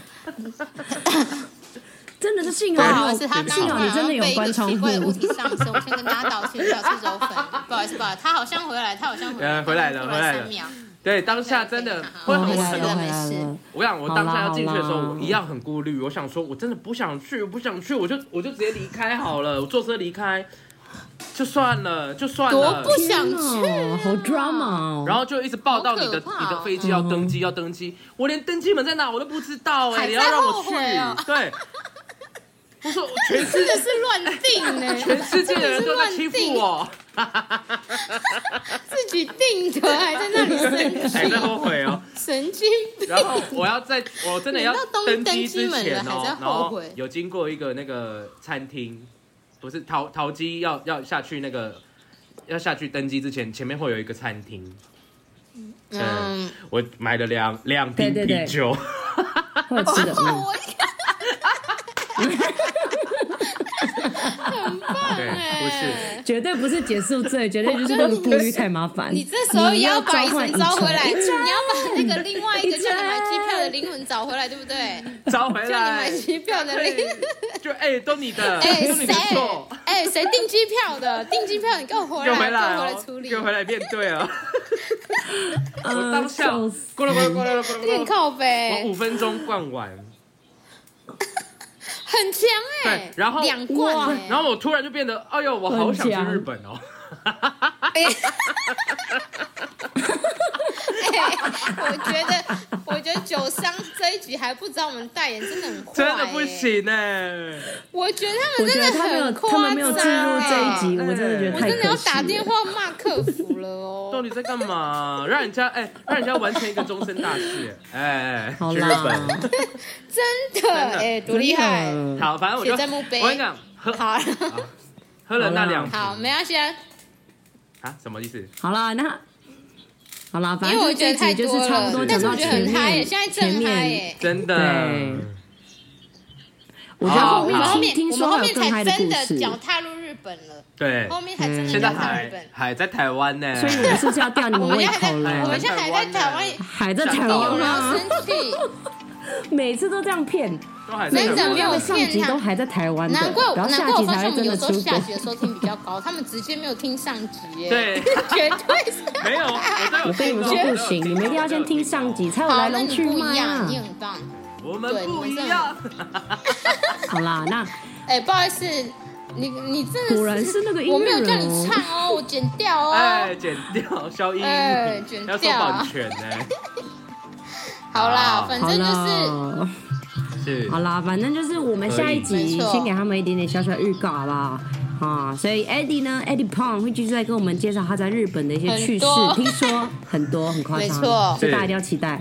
Speaker 3: 真的是幸
Speaker 1: 不好
Speaker 3: 好
Speaker 1: 意思，他刚
Speaker 3: 幸
Speaker 1: 刚
Speaker 3: 好你
Speaker 1: 好
Speaker 3: 真
Speaker 1: 像
Speaker 3: 的有
Speaker 1: 被一
Speaker 3: 关
Speaker 1: 个
Speaker 3: 窗
Speaker 1: 奇
Speaker 3: 户
Speaker 1: 怪，的物体上身，我先跟大家道歉，小吃手粉，不好意思，不好意思，他好像回来，他好像回来，
Speaker 4: 嗯回来了
Speaker 1: 突然
Speaker 4: 回来了
Speaker 1: 三秒
Speaker 4: 对，当下真的会
Speaker 1: 哦
Speaker 4: 很
Speaker 1: 没事
Speaker 4: 很
Speaker 1: 的没事
Speaker 4: 我想我当下要进去的时
Speaker 3: 好啦
Speaker 4: 候，
Speaker 3: 好
Speaker 4: 我
Speaker 3: 啦
Speaker 4: 一样很顾虑。我想说，我真的不想去，不想去，我就我就直接离开好了，我坐车离开，就算了，就算
Speaker 1: 多
Speaker 4: 了。
Speaker 1: 不想
Speaker 4: 啊
Speaker 1: 去
Speaker 3: 哦，好 drama 哦。
Speaker 4: 然后就一直报道你
Speaker 1: 好可
Speaker 4: 的、
Speaker 1: 怕哦嗯
Speaker 4: 你的飞机要登机要登机，我连登机门在哪我都不知道哎、
Speaker 1: 还在
Speaker 4: 你要让我
Speaker 1: 后
Speaker 4: 去，
Speaker 1: 悔哦
Speaker 4: 对，
Speaker 1: [LAUGHS]
Speaker 4: 我说全世
Speaker 1: 真的是乱定呢，
Speaker 4: 全世界的人都在欺负我，
Speaker 1: 自己定的，还在那里
Speaker 4: [LAUGHS]
Speaker 1: 生
Speaker 4: 还在
Speaker 1: 气，
Speaker 4: 后悔哦。
Speaker 1: 神经病。
Speaker 4: 然后我要在，我真的要
Speaker 1: 等到
Speaker 4: 登
Speaker 1: 登
Speaker 4: 机之
Speaker 1: 登机
Speaker 4: 前
Speaker 1: 门了
Speaker 4: 哦
Speaker 1: 还在，
Speaker 4: 然
Speaker 1: 后
Speaker 4: 后
Speaker 1: 悔
Speaker 4: 有经过一个那个餐厅，不是淘淘机要要下去那个要下去登机之前，前面会有一个餐厅，
Speaker 1: 嗯，
Speaker 4: 我买了两两瓶
Speaker 3: 对对对
Speaker 4: 啤酒， [LAUGHS]
Speaker 3: 或者吃的，嗯
Speaker 1: 我
Speaker 4: 对，不
Speaker 1: 欸
Speaker 4: 是，
Speaker 3: 绝对不是结束罪，绝对就是那个步率太麻烦。
Speaker 1: 你这时候也要把医
Speaker 3: 你要召唤
Speaker 1: 生招回来，
Speaker 3: 一
Speaker 1: 你
Speaker 3: 只
Speaker 1: 要把那个另外一个
Speaker 3: 一
Speaker 1: 叫你买
Speaker 3: 只
Speaker 1: 机票的灵魂找回来，对不对？
Speaker 4: 找回
Speaker 1: 叫你买
Speaker 4: 来，
Speaker 1: 机票的灵，
Speaker 4: 就哎、都你的，
Speaker 1: 哎
Speaker 4: 都你的
Speaker 1: 谁
Speaker 4: 错，？
Speaker 1: 哎谁订机票的？订机票你给我回来，给
Speaker 4: 又
Speaker 1: 我
Speaker 4: 回来
Speaker 1: 来
Speaker 4: 哦
Speaker 1: 处，理啊
Speaker 4: 又。回来面
Speaker 1: [LAUGHS]
Speaker 4: 对了，
Speaker 3: 呃
Speaker 4: 我当下
Speaker 3: 笑
Speaker 4: 咕
Speaker 3: 死
Speaker 4: 噜咕噜咕噜咕噜咕噜
Speaker 1: 很，靠哎
Speaker 4: 我
Speaker 1: 呗
Speaker 4: 五，分钟逛完。
Speaker 1: 很强
Speaker 4: 对
Speaker 1: 哎，
Speaker 4: 然后
Speaker 1: 两罐哎，
Speaker 4: 然后我突然就变得，哎呦，我好想去日本哦！
Speaker 1: 哎， [LAUGHS] 我觉得，我觉得酒商这一局还不知道我们代言，真的很快、欸
Speaker 4: 真的不。行哎、
Speaker 1: 我觉得他
Speaker 3: 我
Speaker 1: 们
Speaker 3: 觉
Speaker 1: 真
Speaker 3: 得
Speaker 1: 的
Speaker 3: 他没有
Speaker 1: 很夸张、欸，欸
Speaker 3: 他们没有进入这一集，
Speaker 4: 哎
Speaker 3: 我真的觉得
Speaker 1: 嗯我
Speaker 3: 太可惜了。
Speaker 1: 真的要打电话骂客服了
Speaker 4: 到
Speaker 1: 哦。
Speaker 4: 底在干嘛？让人家哎、让人家完成一个终身大
Speaker 1: [LAUGHS]
Speaker 4: 事哎、
Speaker 3: 好
Speaker 4: 去日
Speaker 3: 啦，
Speaker 4: 本。
Speaker 1: 真的，哎、多厉害！
Speaker 3: 真的
Speaker 4: 好，反正我就
Speaker 1: 写在墓碑
Speaker 4: 我跟你讲，喝
Speaker 1: 好，
Speaker 4: 喝了那两瓶
Speaker 1: 好，没关系啊，
Speaker 4: 啊，什么意思？
Speaker 3: 好啦，那好啦，
Speaker 1: 因
Speaker 3: 反
Speaker 1: 为
Speaker 3: 正
Speaker 1: 我
Speaker 3: 就
Speaker 1: 觉
Speaker 3: 这
Speaker 1: 得太
Speaker 3: 集就是
Speaker 1: 多
Speaker 3: 差不多
Speaker 1: 了，但
Speaker 3: 讲
Speaker 1: 是
Speaker 3: 到
Speaker 1: 我觉得
Speaker 3: 前
Speaker 1: 很嗨、欸
Speaker 3: 面，
Speaker 1: 现在
Speaker 3: 前
Speaker 1: 正嗨、
Speaker 3: 面，
Speaker 1: 哎。
Speaker 4: 真的，
Speaker 3: 对我觉得
Speaker 4: 好
Speaker 1: 我
Speaker 3: 后
Speaker 1: 们后
Speaker 3: 面
Speaker 1: 面
Speaker 3: 听听
Speaker 1: 我们
Speaker 3: 说
Speaker 1: 后
Speaker 3: 还
Speaker 1: 面才
Speaker 3: 有更嗨的
Speaker 1: 真
Speaker 3: 故
Speaker 1: 的
Speaker 3: 事，
Speaker 1: 脚踏入日本了，
Speaker 4: 对，
Speaker 1: 后面才真的
Speaker 4: 现
Speaker 1: 脚
Speaker 4: 在
Speaker 1: 踏入日本
Speaker 4: 还。还在台湾呢、
Speaker 3: 所以啊我们是不是要吊你们
Speaker 1: 我们
Speaker 3: 胃
Speaker 1: 现在还在，
Speaker 3: 口
Speaker 1: 我
Speaker 3: 了
Speaker 1: 们？现在还在台湾，
Speaker 3: 还在台
Speaker 4: 我
Speaker 1: 有
Speaker 3: 湾
Speaker 4: 们
Speaker 1: 人要
Speaker 3: 吗？
Speaker 1: 生气，
Speaker 3: 每次都这样骗，
Speaker 4: 都还在
Speaker 1: 真
Speaker 4: 台
Speaker 1: 的没
Speaker 4: 湾
Speaker 1: 有
Speaker 3: 上
Speaker 1: 骗
Speaker 3: 集
Speaker 1: 他
Speaker 3: 都还在台湾的，
Speaker 1: 难怪我
Speaker 3: 然后
Speaker 1: 难
Speaker 3: 下
Speaker 1: 怪我
Speaker 3: 集
Speaker 1: 发
Speaker 3: 才
Speaker 1: 现我
Speaker 3: 会
Speaker 1: 们
Speaker 3: 真
Speaker 1: 有
Speaker 3: 的
Speaker 1: 时候
Speaker 3: 出
Speaker 1: 下
Speaker 3: 国。
Speaker 1: 集的收听比较高，他们直接没有听上集耶，欸
Speaker 4: 对
Speaker 1: 绝对是。
Speaker 4: 没有，
Speaker 3: 我
Speaker 4: 我都有
Speaker 3: 跟你们说
Speaker 4: 听哦
Speaker 3: 不行，
Speaker 4: 我都
Speaker 3: 你们一
Speaker 4: 有听
Speaker 3: 定要
Speaker 4: 哦
Speaker 3: 先听上集，才有
Speaker 1: 好，
Speaker 3: 来
Speaker 1: 那
Speaker 3: 龙
Speaker 1: 你
Speaker 3: 去
Speaker 1: 不一
Speaker 3: 脉
Speaker 1: 样，
Speaker 3: 啊
Speaker 1: 你！很棒。
Speaker 4: 我们
Speaker 1: 对
Speaker 4: 不
Speaker 1: 你
Speaker 4: 一
Speaker 1: 们这
Speaker 4: 样
Speaker 1: 样。
Speaker 3: 好啦，那
Speaker 1: 哎、不好意思，你你真的
Speaker 3: 果然是那个音
Speaker 1: 我
Speaker 3: 乐
Speaker 1: 没
Speaker 3: 人哦
Speaker 1: 有叫你唱哦，我剪掉哦。
Speaker 4: 哎，剪掉消音，
Speaker 1: 哎剪掉
Speaker 4: 要受版权呢。
Speaker 1: 好啦
Speaker 4: 好，
Speaker 1: 反
Speaker 3: 好
Speaker 1: 正就是
Speaker 3: 啦，
Speaker 4: 是，
Speaker 3: 好啦，反正就是我们下一
Speaker 1: 可以
Speaker 3: 集
Speaker 1: 没错
Speaker 3: 先给他们一点点小小预告，好不好？啊，所以 Eddie 呢，Eddie Pong 会继续再跟我们介绍他在日本的一些趣事
Speaker 1: 很，多
Speaker 3: 听说很多很夸张，
Speaker 1: 没错
Speaker 3: 所以大家一定要期待。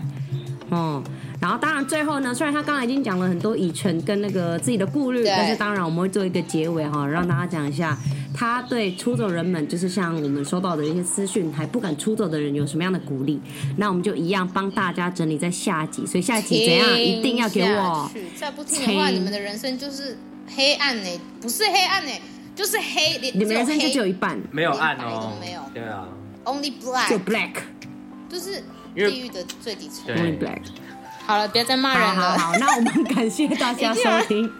Speaker 3: 哦，然后当然最后呢，虽然他刚才已经讲了很多以晨跟那个自己的顾虑，
Speaker 1: 对
Speaker 3: 但是当然我们会做一个结尾哈、让大家讲一下他对出走人们，就是像我们收到的一些私讯，还不敢出走的人有什么样的鼓励。那我们就一样帮大家整理在下集，所以下集怎样一定要给我
Speaker 1: 听下去再不听的话，
Speaker 3: 听
Speaker 1: 你们的人生就是黑暗呢、不是黑暗呢、就是黑，你
Speaker 3: 你们人生就只有一半，
Speaker 4: 没有按
Speaker 1: 连白
Speaker 4: 哦
Speaker 1: 都，哎没有
Speaker 4: 对啊，
Speaker 1: only
Speaker 3: 就
Speaker 1: black，
Speaker 3: black
Speaker 1: 就是
Speaker 4: 因为
Speaker 1: 地狱的最底层。
Speaker 4: 对
Speaker 3: only black。
Speaker 1: 好了，不要再骂
Speaker 3: 好
Speaker 1: 人
Speaker 3: 好
Speaker 1: 了。
Speaker 3: 好，那我们感谢大家收听，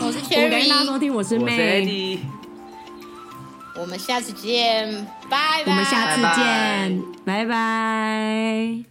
Speaker 1: 我是
Speaker 3: 我们感谢大家收
Speaker 1: Cherry，
Speaker 3: 听，我是
Speaker 4: 我是
Speaker 3: May，
Speaker 4: Eddie，
Speaker 1: 我们下次见，拜拜。
Speaker 3: 我们下次
Speaker 4: 拜拜
Speaker 3: 见，拜拜